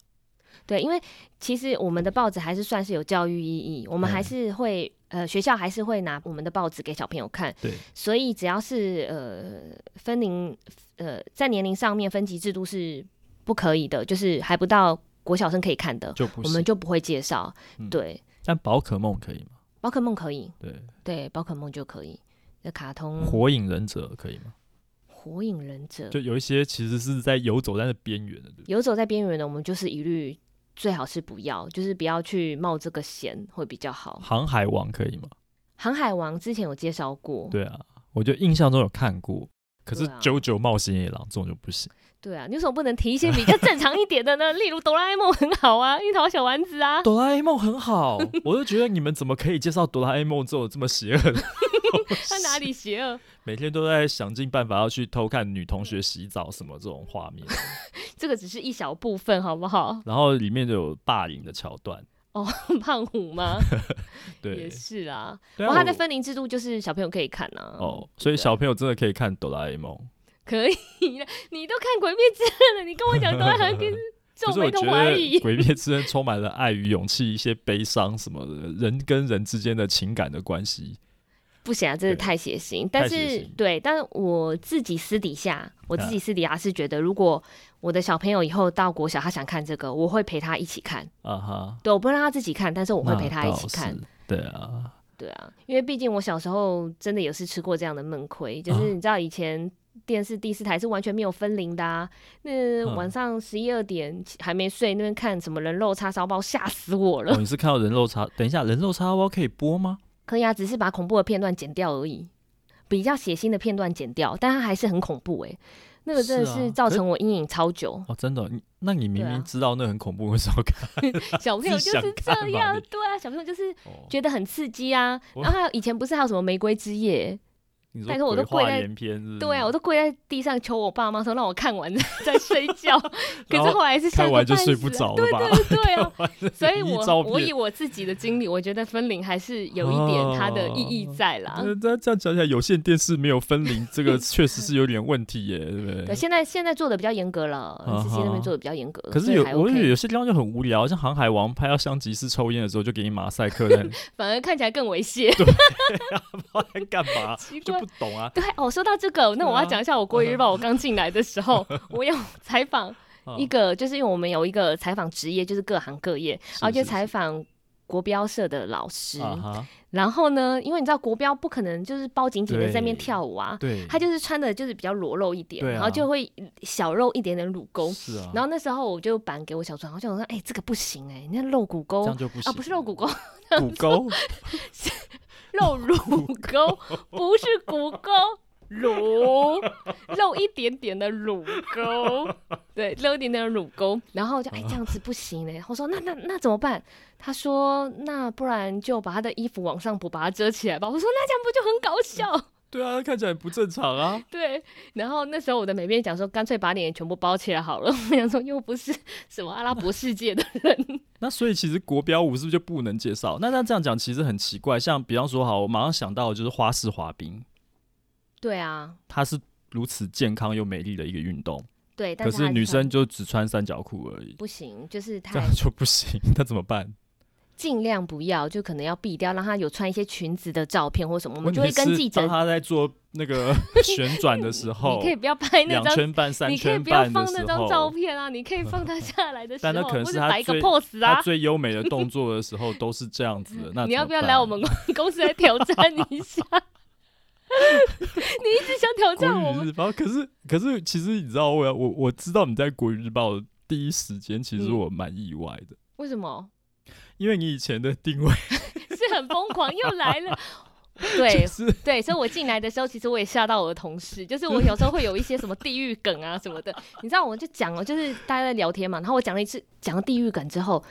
B: 对，因为其实我们的报纸还是算是有教育意义，我们
A: 嗯
B: 还是会、呃学校还是会拿我们的报纸给小朋友看，
A: 对，
B: 所以只要是呃分龄呃在年龄上面分级制度是不可以的，就是还不到国小生可以看的，
A: 就不
B: 呃我们
A: 行。
B: 就不会介绍。
A: 嗯
B: 对，
A: 但宝可梦可以吗？
B: 宝可梦可以，
A: 对，
B: 对，宝可梦就可以。那卡通火
A: 火影忍者可以吗？
B: 影忍者
A: 就有一些其实是在游走在那边缘的，对不对
B: 游走在边缘的，我们就是一律最好是不要，就是不要去冒这个险会比较好。
A: 航海王可以吗？
B: 航海王之前有介绍过，
A: 对啊，我就印象中有看过。可是
B: 对啊
A: 《九九冒险野狼》这种就不行，
B: 对啊，你为什么不能提一些比较正常一点的呢？ 例如哆啦 A 梦很好啊，樱桃小丸子啊，
A: 哆啦 A 梦》很好， 我就觉得你们怎么可以介绍《哆啦 A 梦》这种这么邪恶的东西？
B: 他哪里邪恶？
A: 每天都在想尽办法要去偷看女同学洗澡什么这种画 面，
B: 这个只是一小部分，好不好？
A: 然后里面就有霸凌的桥段。
B: 胖虎吗？也
A: 对，
B: 是啊，
A: 对
B: 哇，
A: 啊
B: 他
A: 我
B: 的分龄制度就是小朋友可以看啊。
A: 哦，所以小朋友真的可以看《哆啦 A 梦》，
B: 可以的，你都看《鬼灭之刃》了，你跟我讲哆啦 A 梦，
A: 可
B: 皱
A: 是
B: 眉
A: 我
B: 头
A: 觉
B: 怀
A: 得
B: 疑
A: 《鬼灭之刃》充满了爱与勇气，一些悲伤什么的，人跟人之间的情感的关系。
B: 不行啊，真的
A: 对
B: 太血腥。但
A: 太血
B: 是
A: 腥啊
B: 对，但是我自己私底下，我自己私底下是觉得，如果我的小朋友以后到国小，他想看这个，我会陪他一起看。
A: 啊哈，
B: 对，我不会让他自己看，但是我会陪
A: 那
B: 他一起
A: 倒
B: 看
A: 是。。对啊，
B: 对啊，因为毕竟我小时候真的也是吃过这样的闷亏，
A: 啊
B: 就是你知道以前电视第四台是完全没有分龄的啊，那
A: 嗯
B: 晚上十一二点还没睡，那边看什么人肉叉烧包，吓死我
A: 哦，
B: 了。
A: 你是看到人肉叉？等一下，人肉叉烧包可以播吗？
B: 可以啊，只是把恐怖的片段剪掉而已，比较血腥的片段剪掉，但它还是很恐怖诶、那个真的
A: 是啊，
B: 是造成我阴影超久
A: 哦，真的哦，你那你明
B: 对啊
A: 明知道那很恐怖，为什么要看？
B: 小朋友就
A: 自己
B: 是
A: 想
B: 这
A: 看吧
B: 样
A: 你，
B: 对啊，小朋友就是
A: 哦，
B: 觉得很刺激啊。
A: 我
B: 然后还有以前不是还有什么玫瑰之夜，
A: 你
B: 拜托我
A: 鬼
B: 都跪
A: 话
B: 在
A: 连篇是不是
B: 对啊，我都跪在地上求我爸妈说让我看完再 再睡觉，可是后来是吓
A: 看
B: 个
A: 完就
B: 半
A: 睡不
B: 死啊
A: 着了
B: 对
A: 吧？
B: 对对啊，所以
A: 灵异
B: 我
A: 照
B: 我
A: 片
B: 以我自己的经历，我觉得分龄还是有一点它的意
A: 哦
B: 义在啦。
A: 那那这样讲起来，有线电视没有分龄，这个确实是有点问题耶，对不
B: 对，
A: 对？
B: 现在现在做的比较严格了，
A: 啊
B: 自己那
A: 哈
B: 边做的比较严格，
A: 可是
B: 所以
A: 有，
B: 还
A: 我觉得
B: OK，
A: 有些地方就很无聊，像《航海王》拍到香吉士抽烟的时候，就给你马赛克在那里，
B: 反而看起来更猥亵。
A: 不然干嘛？
B: 奇
A: 就
B: 怪
A: 不懂啊。
B: 对哦，说到这个，那我要
A: 对啊
B: 讲一下我国语日报，我刚进来的时 候，我有采访
A: 啊
B: 一个，就是因为我们有一个采访职业，就是各行各业，
A: 是
B: 然后就是采访国标社的老师。
A: 啊哈，
B: 然后呢，因为你知道国标不可能就是包紧紧的在那边
A: 对
B: 跳舞啊，
A: 对，
B: 他就是穿的就是比较裸露一点，
A: 对啊
B: 然后就会小露一点点乳沟。
A: 是啊，
B: 然后那时候我就板给我小传，我就想说，哎、这个不行哎、那露骨沟
A: 这样就不行
B: 啊，不是露骨沟，
A: 骨沟
B: 露乳沟，不是骨沟，乳，露一点点的乳沟，对，露一点点的乳沟。然后我就哎，这样子不行嘞。我说那那那怎么办？他说那不然就把他的衣服往上补，把它遮起来吧。我说那这样不就很搞笑？
A: 对啊，看起来不正常啊。
B: 对，然后那时候我的美编讲说，干脆把脸全部包起来好了。 我想说，又不是什么阿拉伯世界的人，
A: 那所以其实国标舞是不是就不能介绍？那那这样讲其实很奇怪。像比方说，好，我马上想到的就是花式滑冰，
B: 对啊，
A: 它是如此健康又美丽的一个运动，
B: 对，但
A: 可是
B: 他
A: 女
B: 穿
A: 生就只穿三角裤而已，
B: 不 行，就是
A: 这
B: 太
A: 样就不行。那怎么办？
B: 尽量不要，就可能要避掉，让她有穿一些裙子的照片或什么，我们
A: 问
B: 就
A: 题
B: 会跟
A: 哦是
B: 记者
A: 当，她在做那个旋转的时候
B: 你可，以不要拍那
A: 两
B: 张。
A: 圈半、三
B: 你可以
A: 圈
B: 不要
A: 半的
B: 放
A: 时
B: 那张照
A: 候，
B: 片啊！你可以放她下来的时
A: 但那
B: 候，
A: 可能
B: 或
A: 是
B: 者
A: 她
B: 摆一个
A: 最
B: pose
A: 她
B: 啊。
A: 最优美的动作的时候都是这样子的。那
B: 你要
A: 怎么
B: 不要
A: 办
B: 来我们公 公司来挑战一 下？你一直想挑战
A: 国
B: 我
A: 语
B: 们，
A: 日报，可是可是，其实你知道我要，我我知道你在国语日报的第一时间，其实
B: 嗯
A: 我蛮意外的，
B: 为什么？
A: 因为你以前的定位
B: 是很疯狂，又来 了。对
A: 就是
B: 对，所以我进来的时候，其实我也吓到我的同事，就是我有时候会有一些什么地狱梗啊什么的，你知道，我就讲了，就是大家在聊天嘛，然后我讲了一次讲了地狱梗之后，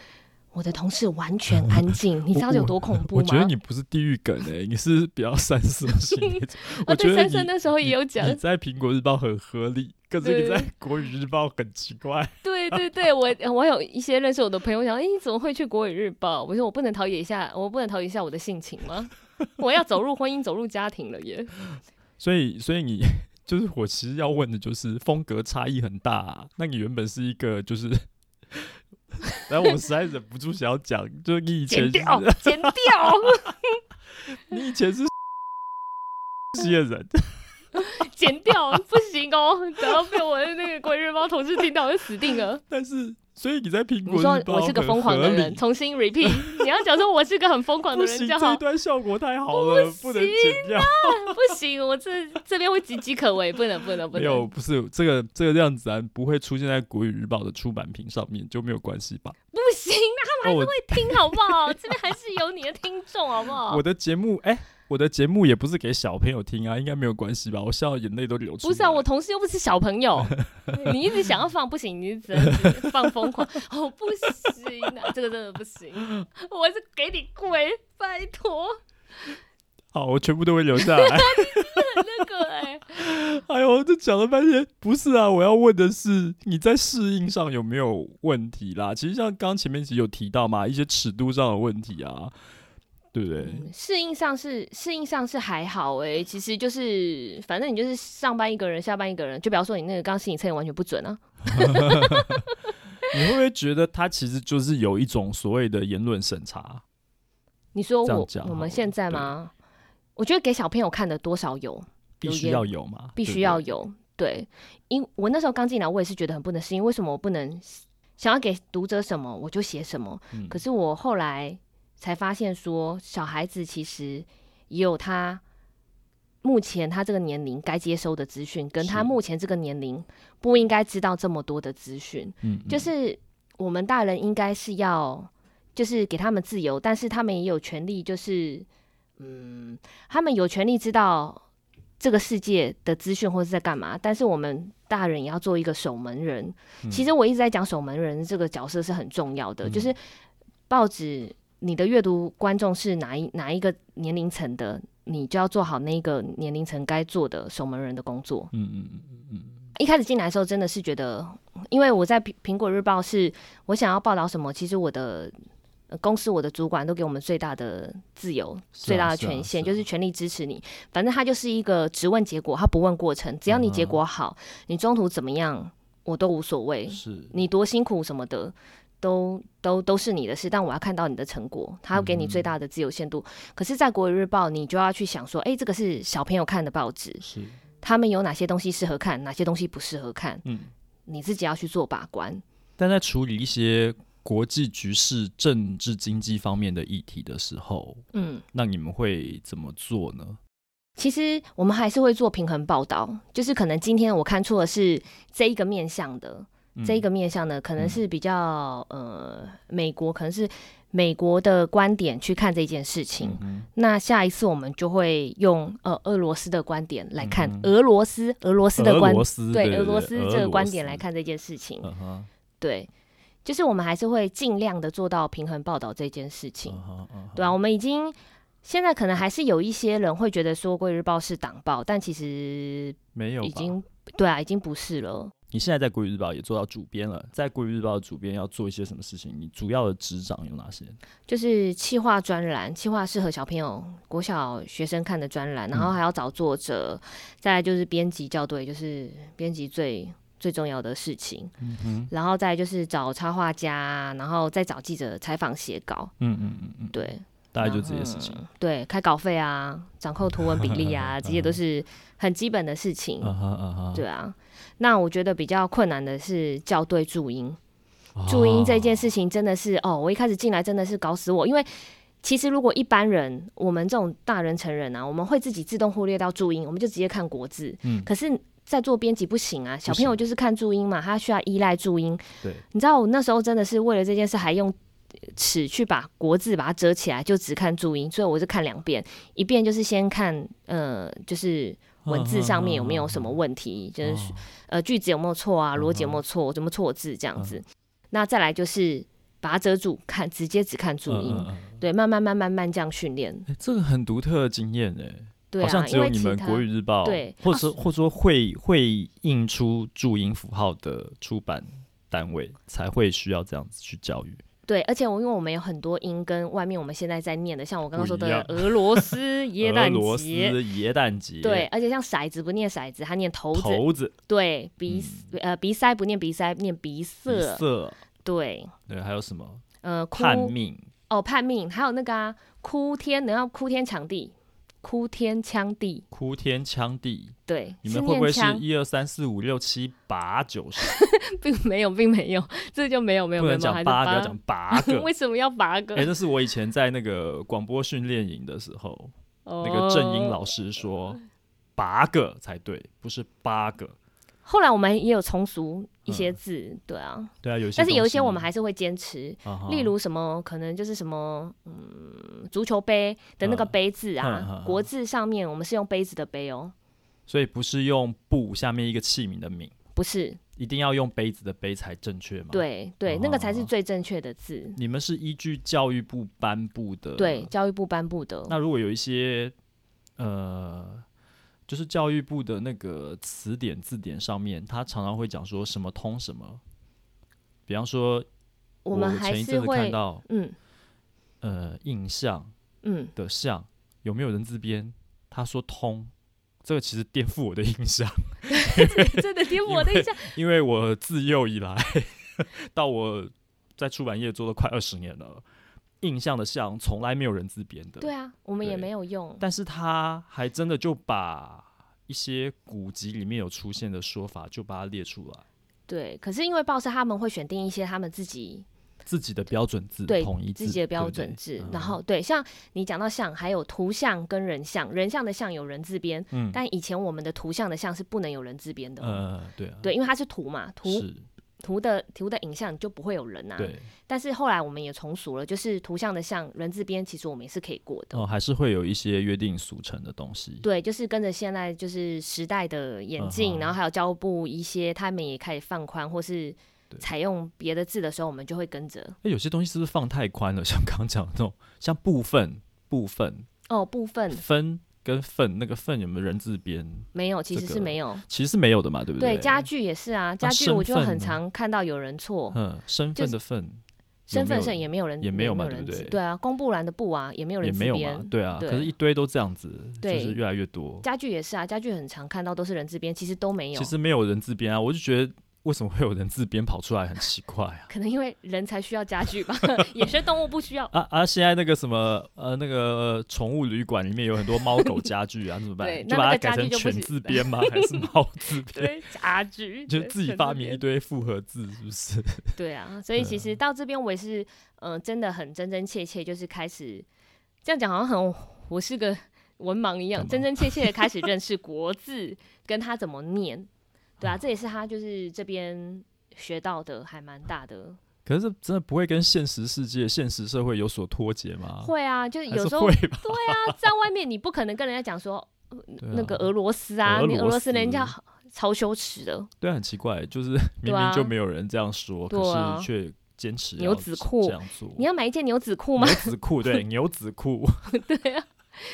B: 我的同事完全安静，你知道有多恐怖
A: 嗯
B: 吗？。
A: 我觉得你不是地狱梗诶、你是比较三色型那种 我
B: 我
A: 觉
B: 哦对
A: 得
B: 珊珊
A: 你
B: 那时候也有讲
A: 你，在苹果日报很合理，可是你
B: 对
A: 在国语日报很奇怪。
B: 对对对，我我有一些认识我的朋友想，哎、你怎么会去国语日报？我说我不能陶冶一下，我不能陶冶一下我的性情吗？我要走入婚姻，走入家庭了耶。
A: 所以所以你就是我其实要问的就是风格差异很大、啊，那你原本是一个就是。 然后我实在忍不住想要讲，就是你以前
B: 剪
A: 是
B: 掉，剪掉，
A: 你以前 是系的人，
B: 剪掉，不行哦！ 然后被我的那个国语日报同事听到，我就死定 了。
A: 但是所以你在苹果
B: 你说
A: 日报
B: 我是个
A: 很
B: 疯狂的
A: 合
B: 人，
A: 理
B: 重新 repeat，你要讲说我是个很疯狂的
A: 不
B: 人
A: 行，
B: 就
A: 这
B: 好啊
A: 一，段效果太好了，不能剪掉。
B: 不行，我这这边会岌岌可危，不能不能不
A: 没有，
B: 能，
A: 不是这个这个样子啊，不会出现在国语日报的出版品上面就没有关系吧？
B: 不行，
A: 那我
B: 听好不好？这边还是有你的听众，啊好不 好？
A: 我的节目，哎、我的节目也不是给小朋友听啊，应该没有关系吧？我笑到眼泪都流出来。
B: 不是啊，我同事又不是小 朋友，你一直想要放不行，你只能只放疯狂，哦不行啊，这个真的不行，我是给你跪，拜托
A: 好，我全部都会留 下来。
B: 那个哎、
A: 哎呦，这讲了半天，不是啊，我要问的是你在适应上有没有问题啦？其实像刚前面其实有提到嘛，一些尺度上的问题啊，对不对？
B: 嗯适应上是适应上是还好哎、其实就是反正你就是上班一个人，下班一个人，就比方说你那个刚心理测验完全不准啊，
A: 你会不会觉得他其实就是有一种所谓的言论审查？
B: 你说
A: 这样
B: 我
A: 讲
B: 我
A: 好了
B: 们现在吗？我觉得给小朋友看的多少有，
A: 必
B: 有
A: 须
B: 言
A: 要有嘛？
B: 必
A: 对
B: 须
A: 不
B: 要
A: 对。
B: 有。对，因我那时候刚进来，我也是觉得很不能适应。为什么我不能想要给读者什么我就写什么？
A: 嗯
B: 可是我后来才发现说，小孩子其实也有他目前他这个年龄该接收的资讯，跟他
A: 是
B: 目前这个年龄不应该知道这么多的资讯。
A: 嗯，
B: 就
A: 嗯
B: 是我们大人应该是要，就是给他们自由，但是他们也有权利，就是嗯，他们有权利知道这个世界的资讯或是在干嘛，但是我们大人也要做一个守门人。其实我一直在讲守门人这个角色是很重要的，
A: 嗯
B: 就是报纸你的阅读观众是哪一哪一个年龄层的，你就要做好那个年龄层该做的守门人的工作。
A: 嗯嗯嗯嗯嗯，
B: 一开始进来的时候，真的是觉得，因为我在苹苹果日报是我想要报道什么，其实我的、呃公司我的主管都给我们最大的自由、
A: 是啊
B: 最大的
A: 是啊
B: 权限，
A: 是啊
B: 就是全力支持你。反正他就是一个只问结果，他不问过程，只要你结果好，你中途怎么样我都无所谓，
A: 是
B: 你多辛苦什么的。都都都是你的事，但我要看到你的成果，他要给你
A: 嗯
B: 最大的自由限度。可是，在国语日报，你就要去想说，诶，这个是小朋友看的报纸，
A: 是，
B: 他们有哪些东西适合看，哪些东西不适合看，
A: 嗯。
B: 你自己要去做把关。
A: 但在处理一些国际局势、政治、经济方面的议题的时候，
B: 嗯，
A: 那你们会怎么做呢？
B: 其实我们还是会做平衡报道，就是可能今天我看错的是这一个面向的，
A: 嗯
B: 这一个面向呢，可能是比较呃美国，可能是美国的观点去看这件事情。
A: 嗯
B: 那下一次我们就会用呃俄罗斯的观点来看、
A: 嗯哼
B: 俄罗斯俄罗斯
A: 哼，
B: 的
A: 俄
B: 观
A: 罗斯
B: 对
A: 对
B: 俄罗斯这个观点来
A: 看。
B: 看这件事情。
A: 嗯哼，
B: 对，就是我们还是会尽量的做到平衡报道这件事情。
A: 嗯哼，嗯哼
B: 对啊，我们已经现在可能还是有一些人会觉得说《国语日报》是党报，但其实
E: 没有吧
B: 已经对啊，已经不是了。
E: 你现在在《国语日报》也做到主编了，在《国语日报》的主编要做一些什么事情？你主要的职掌有哪些？
B: 就是企划专栏，企划适合小朋友、国小学生看的专栏，
E: 嗯
B: 然后还要找作者，再来就是编辑校对，就是编辑最最重要的事情，
E: 嗯哼，
B: 然后再来就是找插画家，然后再找记者采访写稿，
E: 嗯嗯嗯嗯，
B: 对
E: 大概就这些事情。
B: 对，开稿费啊，掌控图文比例啊，这些
E: 嗯
B: 都是很基本的事情，
E: 啊哈啊
A: 哦
E: 哈，
B: 对啊。那我觉得比较困难的是校对注音，
A: 哦
B: 注音这件事情真的是哦，我一开始进来真的是搞死我，因为其实如果一般人，我们这种大人成人啊，我们会自己自动忽略到注音，我们就直接看国字。
E: 嗯
B: 可是，在做编辑不行啊，小朋友就是看注音嘛，他需要依赖注音。
E: 对，
B: 你知道我那时候真的是为了这件事还用。尺去把国字把它折起来，就只看注音，所以我是看两遍，一遍就是先看呃，就是文字上面有没有什
A: 嗯
B: 么问题，就是
E: 哦
B: 呃句子有没有错啊，逻辑有没有错，怎么错字这样
A: 嗯
B: 子。那再来就是把它遮住，看直接只看注音，
E: 嗯嗯嗯
B: 对，慢慢慢慢慢这样训练，
A: 诶这个很独特的经验哎、
B: 对
A: 好
B: 啊
A: 像，只
B: 因
A: 有
B: 为
A: 你
B: 其
A: 们
B: 他
A: 国语日报，
B: 对
A: 或
B: 啊
A: 者说或者说会会印出注音符号的出版单位才会需要这样子去教育。
B: 对，而且我因为我们有很多音跟外面我们现在在念的，像我刚刚说
A: 不一
B: 的
A: 样
B: 俄罗斯耶
A: 俄
B: 诞
A: 罗斯
B: 节。
A: 耶诞节，
B: 对，，而且像骰子不念骰子，他念头子。
A: 头子
B: 对，鼻、呃鼻塞不念鼻塞，念鼻
A: 鼻
B: 塞。
A: 塞，
B: 对，
A: 对，还有什么
B: 呃，哭
E: 叛命，
B: 哦叛命，还有那个啊，哭天，然后哭天抢地，哭天抢地。
A: 哭天抢地？
B: 对，
A: 你
B: 是
A: 们会
B: 念
A: 不会是
B: 枪，
A: 一二三四五六七八九十？
B: 并没有，并没有，这就没有没有
A: 不
B: 没
A: 能
B: 有，没有
A: 讲
B: 还是
A: 八，不要讲八个。
B: 为什么要八
A: 哎、
B: 个？
A: 那是我以前在那个广播训练营的时候，
B: 那
A: 那个正音老师说，八个才对，不是八个。
B: 后来我们也有重俗一些字，对啊，
A: 对嗯啊，有一些
B: 但是有
A: 东
B: 一些
A: 西
B: 我们还是会坚持，
A: 啊哈
B: 例如什么可能就是什么嗯足球杯的那个
A: 嗯
B: 杯字
A: 嗯嗯
B: 啊
A: 嗯，
B: 国字上面我们是用杯子的杯哦，
A: 所以不是用布下面一个器皿的皿，
B: 不是，
A: 一定要用杯子的杯才正确吗？，
B: 对对，
A: 哦
B: 那个才是最正确的字，
A: 你们是依据教育部颁布的。
B: 对，，教育部颁布的，
A: 啊那如果有一些呃，就是教育部的那个词典字典上面，它常常会讲说什么通什么，比方说，
B: 我
A: 我
B: 们还
A: 前一
B: 是
A: 阵子看
B: 会，
A: 到
B: 嗯
A: 呃印象
B: 嗯，
A: 的象有没有人字边，他说通。这个其实颠覆我的印象，
B: 真的听我的一下，
A: 因为我自幼以来 到我在出版业做了快二十年了，印象的象从来没有人字边的。
B: 对啊，我们也
A: 对
B: 没有用，
A: 但是他还真的就把一些古籍里面有出现的说法，就把它列出来，
B: 对，可是因为报社他们会选定一些他们自己
A: 自己的标准字，
B: 对
A: 统一字
B: 自己的
A: 对
B: 标
A: 不对嗯
B: 准字，然后对，像你讲到像，还有图像跟人像，人像的像有人字边，
A: 嗯
B: 但以前我们的图像的像是不能有人字边的哦，
A: 呃，对啊，
B: 对，因为它是图嘛，图
A: 是，
B: 图的图的影像就不会有人啊。
A: 对，
B: 但是后来我们也重熟了，就是图像的像，人字边其实我们也是可以过的。
A: 哦，还是会有一些约定俗成的东西，
B: 对，就是跟着现在就是时代的演
A: 嗯
B: 进，
A: 哼
B: 然后还有教育部一些，他们也开始放宽或是
A: 对
B: 采用别的字的时候，我们就会跟着
A: 哎，有些东西是不是放太宽了？ 像刚刚讲的那种，像部分、部分、
B: 哦。部分
A: 分跟份，那个份有没有人字边？
B: 没有，其实
A: 这
B: 是
A: 个
B: 没有。
A: 其实是没有的嘛，对不
B: 对，
A: 对，
B: 家具也是啊，家具
A: 身
B: 我就
A: 份
B: 很
A: 呢
B: 常看到有人错，
A: 嗯，身
B: 就
A: 份
B: 是
A: 的份有
B: 身
A: 没
B: 份
A: 有
B: 证也没有人，
A: 也没有嘛对
B: 人
A: 不
B: 字
A: 对
B: 对啊，公布栏的布啊，也没有
A: 也
B: 人字
A: 没有嘛
B: 边，。
A: 对啊，可
B: 对
A: 是一堆都这样子，就
B: 对
A: 是越来越多。
B: 家具也是啊，家具很常看到都是人字边，其实都没有
A: 其，实没有人字边啊，我就觉得为什么会有人字边跑出来，很奇怪啊。
B: 可能因为人才需要家具吧，野生动物不需 要。
A: 啊啊！现在那个什么呃，那个宠物旅馆里面有很多猫狗家 具啊，怎么办
B: 对？
A: 就
B: 那
A: 把
B: 那
A: 它
B: 个家
A: 改
B: 具
A: 成
B: 就不
A: 犬
B: 行
A: 字边 吗？还是猫字边？
B: 对家具，
A: 就
B: 对
A: 自己
B: 人字
A: 发明一
B: 边
A: 堆复合字，是不是？
B: 对啊，所以其实到这边我也是，嗯、真的很真真切切，就是开始这样讲，好像很我是个文盲一样，
A: 干嘛
B: 真真切切 的开始认识国字跟它怎么念。对啊，这也是他就是这边学到的，还蛮大的。
A: 可是真的不会跟现实世界、现实社会有所脱节吗？
B: 会啊，就是
A: 还
B: 有
A: 是
B: 时候
A: 会吧。
B: 他在外面，你不可能跟人家讲说
A: 对啊
B: 那个俄罗斯啊，
A: 俄
B: 你俄
A: 罗
B: 罗斯人
A: 斯
B: 家好超羞耻的，
A: 对啊，很奇怪，就是
B: 对
A: 明
B: 啊
A: 明就没有人这样说，
B: 对啊
A: 可是却坚持要
B: 牛子裤
A: 这样做。
B: 你要买一件牛仔裤吗
A: 牛？仔裤，对，牛仔裤。
B: 对啊，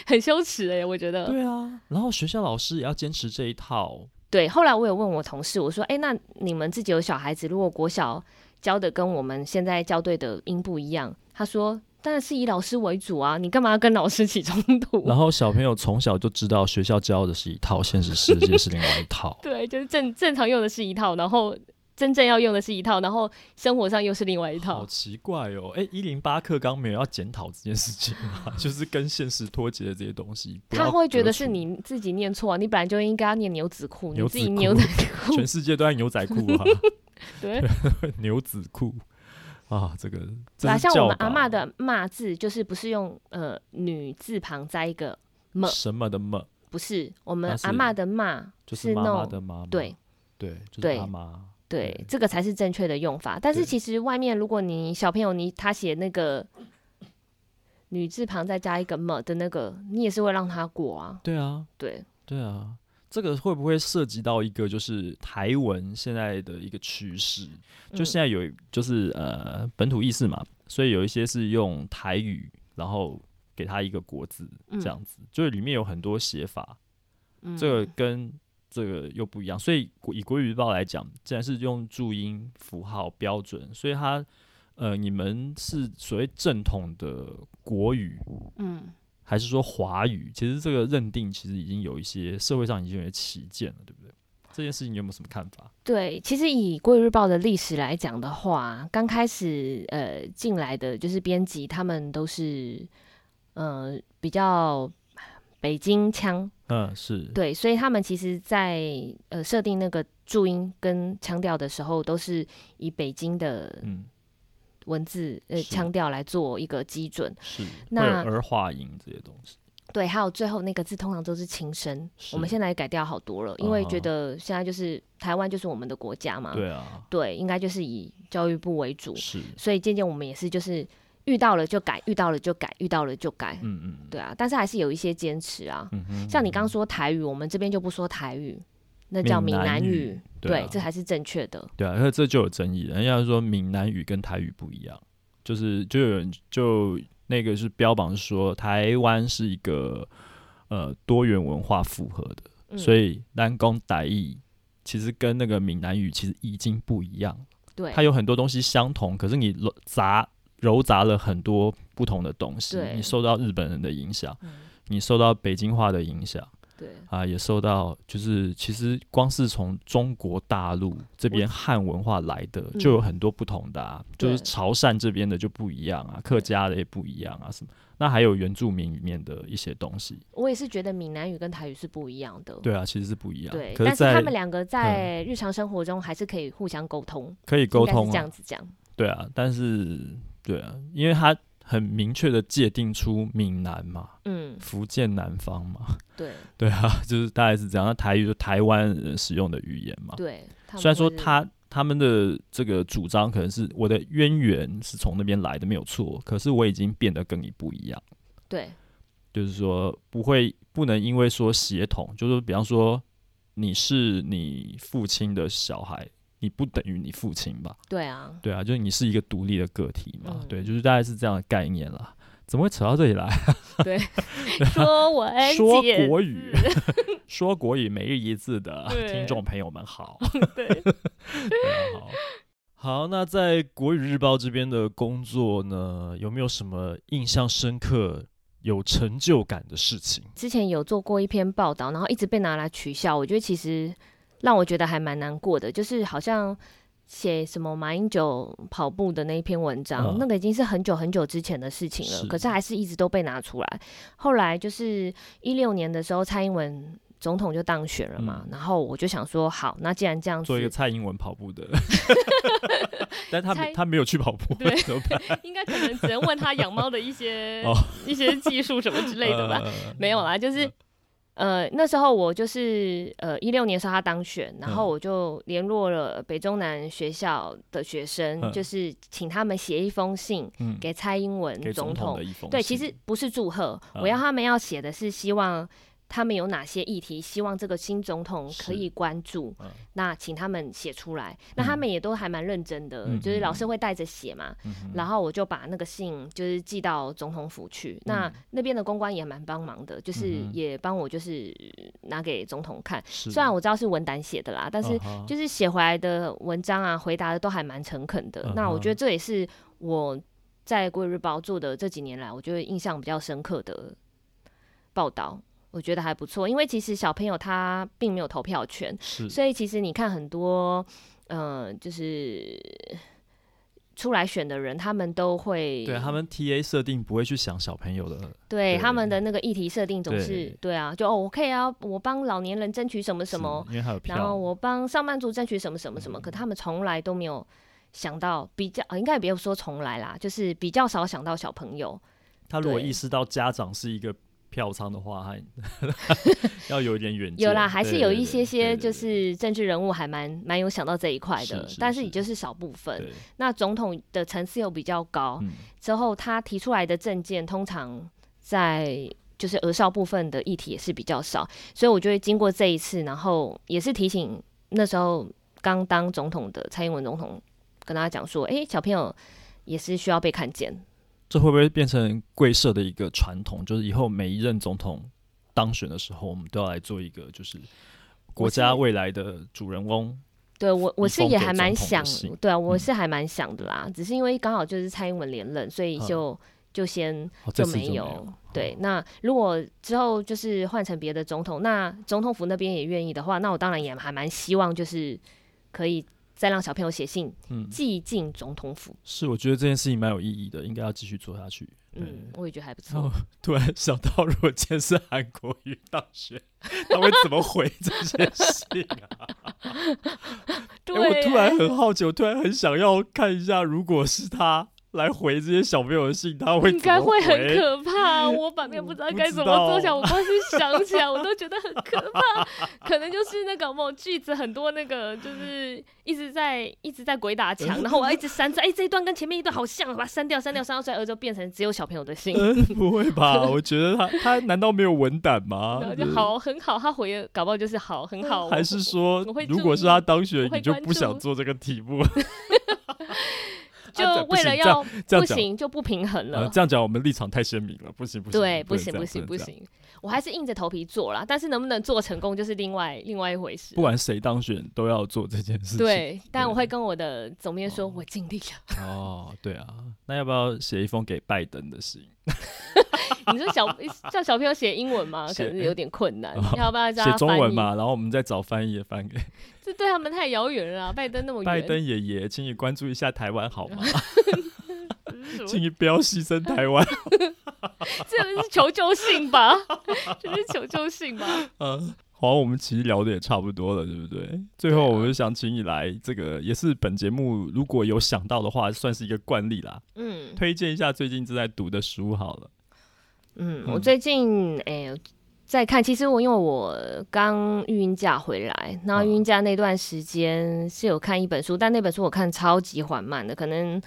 B: 很羞耻哎、我觉得。
A: 对啊，然后学校老师也要坚持这一套，
B: 对，后来我有问我同事，我说：“哎、那你们自己有小孩子，如果国小教的跟我们现在校对的音不一样，他说当然是以老师为主啊，你干嘛要跟老师起冲突。
A: 然后小朋友从小就知道学校教的是一套，现实世界是另外一套？”
B: 对，就是正正常用的是一套，然后真正要用的是一套，然后生活上又是另外一
A: 好
B: 套。
A: 奇怪哦！哎、一零八课纲没有要检讨这件事情吗？ 就是跟现实脱节的这些东西，不
B: 他
A: 要
B: 会觉
A: 革
B: 得是
A: 除
B: 你自己念错、啊，你本来就应该要念牛仔裤，
A: 牛
B: 你自
A: 仔
B: 己
A: 裤
B: 牛仔 裤
A: 全，世界都在牛仔 裤啊，
B: 对。
A: 牛仔裤啊， 这个
B: 对啊，
A: 真是
B: 像我
A: 教
B: 们阿
A: 导
B: 嬷的“骂”字，就是不是用呃女字旁加一个，么
A: 什么的么，
B: 不是我们
A: 那是
B: 阿嬷的“骂”
A: 就是妈
B: 那
A: 妈
B: 种
A: 的妈妈，
B: 对
A: 对，就是
B: 对
A: 妈妈。
B: 对
A: 对，
B: 这个才是正确的用法。但是
A: 对
B: 其实外面，如果你小朋友你他写那个女字旁再加一个么的那个，你也是会让他过啊。
A: 对啊，
B: 对，
A: 对啊，这个会不会涉及到一个就是台文现在的一个趋势？就
B: 嗯
A: 现在有就是呃本土意识嘛，所以有一些是用台语，然后给它一个国字
B: 嗯
A: 这样子，就是里面有很多写法，
B: 嗯
A: 这个跟这个又不一样。所以国以国语日报来讲，既然是用注音符号标准，所以它呃你们是所谓正统的国语
B: 嗯
A: 还是说华语？其实这个认定其实已经有一些社会上已经有一些起见了，对不对？这件事情你有没有什么看法？
B: 对，其实以《国语日报》的历史来讲的话，刚开始呃进来的就是编辑，他们都是呃比较北京腔，
A: 嗯，是，
B: 对，所以他们其实在，呃设定那个注音跟腔调的时候，都是以北京的
A: 嗯，
B: 文字呃
A: 是
B: 腔调来做一个基准。
A: 是，会
B: 那
A: 有儿化音这些东西，
B: 对，还有最后那个字通常都是轻声，我们
A: 是
B: 现在改掉好多了，因为觉
A: 啊哈
B: 得现在就是台湾就是我们的国家嘛，
A: 对啊，
B: 对，应该就是以教育部为主，
A: 是，
B: 所以渐渐我们也是就是遇到了就改，遇到了就改，遇到了就改，
A: 嗯嗯，
B: 对啊，但是还是有一些坚持啊。
A: 嗯哼，
B: 像你刚刚说台语，我们这边就不说台语，那叫
A: 闽
B: 闽
A: 南
B: 南
A: 语
B: 语，
A: 对啊
B: 这才是正确的。
A: 对啊，那这就有争议了。人家说闽南语跟台语不一样，就是就有人就那个是标榜说台湾是一个呃多元文化复合的，
B: 嗯
A: 所以南宫台语其实跟那个闽南语其实已经不一样了。
B: 对，
A: 它有很多东西相同，可是你揉杂揉杂了很多不同的东西
B: 对。
A: 你受到日本人的影响，
B: 嗯
A: 你受到北京话的影响
B: 对，
A: 啊，也受到就是其实光是从中国大陆这边汉文化来的
B: 嗯
A: 就有很多不同的啊，
B: 对
A: 就是潮汕这边的就不一样啊，客家的也不一样啊什么。那还有原住民里面的一些东西，
B: 我也是觉得闽南语跟台语是不一样的。
A: 对啊，其实是不一样。
B: 哦对，
A: 可
B: 但
A: 是
B: 是他
A: 在
B: 们两个在日常生活中还是可以互相沟通，
A: 可以沟
B: 应该
A: 通
B: 是
A: 啊
B: 这样子讲。
A: 对啊，但是对啊，因为它很明确的界定出闽南嘛，
B: 嗯，
A: 福建南方嘛，
B: 对
A: 对啊，就是大概是这样。那台语就台湾人使用的语言嘛，
B: 对。他们
A: 虽然说
B: 会是
A: 他他们的这个主张可能是我的渊源是从那边来的，没有错，可是我已经变得跟你不一样，
B: 对
A: 就是说不会不能因为说协同，就是比方说你是你父亲的小孩，你不等于你父亲吧？
B: 对啊，
A: 对啊，就是你是一个独立的个体嘛，
B: 嗯
A: 对，就是大概是这样的概念啦。怎么会扯到这里 来？
B: 说我恩
A: 说
B: 姐
A: 国语， 说国语每日一字的
B: 对
A: 听众朋友们 好，
B: 对，
A: 大家好。
F: 好，那在国语日报这边的工作呢，有没有什么印象深刻、有成就感的事情？
B: 之前有做过一篇报道，然后一直被拿来取笑，我觉得其实让我觉得还蛮难过的，就是好像写什么马英九跑步的那一篇文章，
A: 嗯
B: 那个已经是很久很久之前的事情了，
A: 是
B: 可是还是一直都被拿出来。后来就是一六年的时候，蔡英文。总统就当选了嘛，
A: 嗯
B: 然后我就想说，好，那既然这样子
A: 做一，个蔡英文跑步 的，但他没
B: 蔡
A: 他没有去跑步，
B: 对
A: 怎么办？
B: 应该可能只能问他养猫的一些
A: 哦
B: 一些技术什么之类的吧。
A: 呃
B: 没有啦，就是
A: 嗯
B: 呃那时候我就是呃一六年的时候他当选，然后
A: 嗯
B: 我就联络了北中南学校的学生，
A: 嗯
B: 就是请他们写一封信
A: 嗯，
B: 给蔡英文
A: 给总
B: 总
A: 统的一封
B: 对，
A: 信
B: 其实不是祝贺，
A: 嗯
B: 我要他们要写的是希望他们有哪些议题，希望这个新总统可以关注
A: 嗯。
B: 那请他们写出来。那他们也都还蛮认真的，
A: 嗯
B: 就是老师会带着写嘛。然后我就把那个信就是寄到总统府去。那那边的公关也蛮帮忙的，就是
A: 嗯嗯哼
B: 也帮我就是拿给总统看。
A: 是
B: 虽然我知道是文胆写的啦，但是
A: 嗯哼
B: 就是写回来的文章啊，回答的都还蛮诚恳的。
A: 嗯哼
B: 那我觉得这也是我在《贵日报》做的这几年来，我觉得印象比较深刻的报道，我觉得还不错。因为其实小朋友他并没有投票权，
A: 是
B: 所以其实你看很多，嗯、就是出来选的人，他们都会
A: 对他们 TA 设定不会去想小朋友的，
B: 对
A: 对
B: 他们的那个议题设定总是
A: 对
B: 对啊，就哦，我可以啊，我帮老年人争取什么什么
A: 是，因为他有
B: 然后
A: 票，嗯
B: 我帮上班族争取什么什么什么，可他们从来都没有想到比较，呃应该也别说从来啦，就是比较少想到小朋友。
A: 他如果
B: 对
A: 意识到家长是一个票仓的话，还 要有一点远见。
B: 有啦，还是
A: 对
B: 有
A: 对
B: 一
A: 对
B: 些些
A: 对对
B: 就
A: 对
B: 是政治人物还蛮蛮有想到这一块的，
A: 是是
B: 但是也
A: 是
B: 就是少部分。
A: 对
B: 那总统的层次又比较高，
A: 嗯
B: 之后他提出来的政见通常在。就是儿少部分的议题也是比较少，所以我就会经过这一次，然后也是提醒那时候刚当总统的蔡英文总统，跟大家讲说，诶，小朋友也是需要被看见，
A: 这会不会变成贵社的一个传统？就是以后每一任总统当选的时候，我们都要来做一个就是国家未来的主人翁。
B: 对我，我
A: 一
B: 是
A: 封
B: 也
A: 给
B: 还蛮
A: 总统的
B: 想
A: 信，
B: 对啊，我
A: 嗯
B: 是还蛮想的啦。只是因为刚好就是蔡英文连任，所以
A: 嗯
B: 就、就先
A: 哦，这
B: 就
A: 次就
B: 没
A: 没有。
B: 对，那如果之后就是换成别的总统，那总统府那边也愿意的话，那我当然也还蛮希望就是可以再让小朋友写信
A: 嗯，
B: 寄进总统府。
A: 是，我觉得这件事情蛮有意义的，应该要继续做下去。
B: 嗯，我也觉得还 不
A: 然
B: 错
A: 后。突然想到，如果今天是韩国瑜当选，他会怎么回这些信 啊？
B: 对
A: 诶哎我突然很好奇，我突然很想要看一下，如果是他来回这些小朋友的信，他会
B: 应
A: 怎么
B: 该会很
A: 回
B: 可怕，我版面不知道该怎么做，想我光是 想起来我都觉得很可怕，可能就是那个某句子很多那个就是一直在一直在鬼打墙，然后我要一直删掉，哎、这一段跟前面一段好像，把它删掉删掉删掉，所以而就变成只有小朋友的信，
A: 嗯，不会吧？ 我觉得他他难道没有文胆吗
B: 然后？就好很好，他回的搞不好就是好很好，
A: 还是说
B: 我会，注意
A: 如果是他当
B: 我
A: 选，
B: 会
A: 你就
B: 关
A: 不想
B: 注
A: 做这个题 目？
B: 就
A: 啊这不
B: 为
A: 行
B: 了
A: 这样
B: 要
A: 这
B: 不
A: 样讲，
B: 行就不平衡了。
A: 呃，这样讲我们立场太鲜明了，不行不行，
B: 对，不
A: 能
B: 行
A: 这
B: 不
A: 样
B: 行不。
A: 能这样
B: 行，我还是硬着头皮做啦，但是能不能做成功就是另外另外一回事
A: 不。管谁当选，都要做这件事情。
B: 对，但我
A: 对
B: 会跟我的总编说，我尽力了。
A: 哦，对啊，那要不要写一封给拜登的信？
B: 你说小 叫小朋友写英文吗？可
A: 写哦
B: 能有点困难，要不要叫
A: 写
B: 他
A: 中
B: 翻
A: 文
B: 译？
A: 嘛，然后我们再找翻译也翻给
B: 这对他们太遥远了啊，拜登那么远，
A: 拜登 爷爷，请你关注一下台湾好吗？
B: 这
A: 请你不要牺牲台湾。
B: 这是求救信吧？ 这是求救信吧？
A: 嗯，好，我们其实聊的也差不多了，对不对？最后，我就想请你来这个，也是本节目如果有想到的话，算是一个惯例啦，
B: 嗯
A: 推荐一下最近正在读的书好了。
B: 嗯，我
A: 嗯
B: 最近哎。在看，其实我因为我刚育婴假回来，然后
A: 嗯
B: 育婴假那段时间是有看一本书，但那本书我看超级缓慢的，可能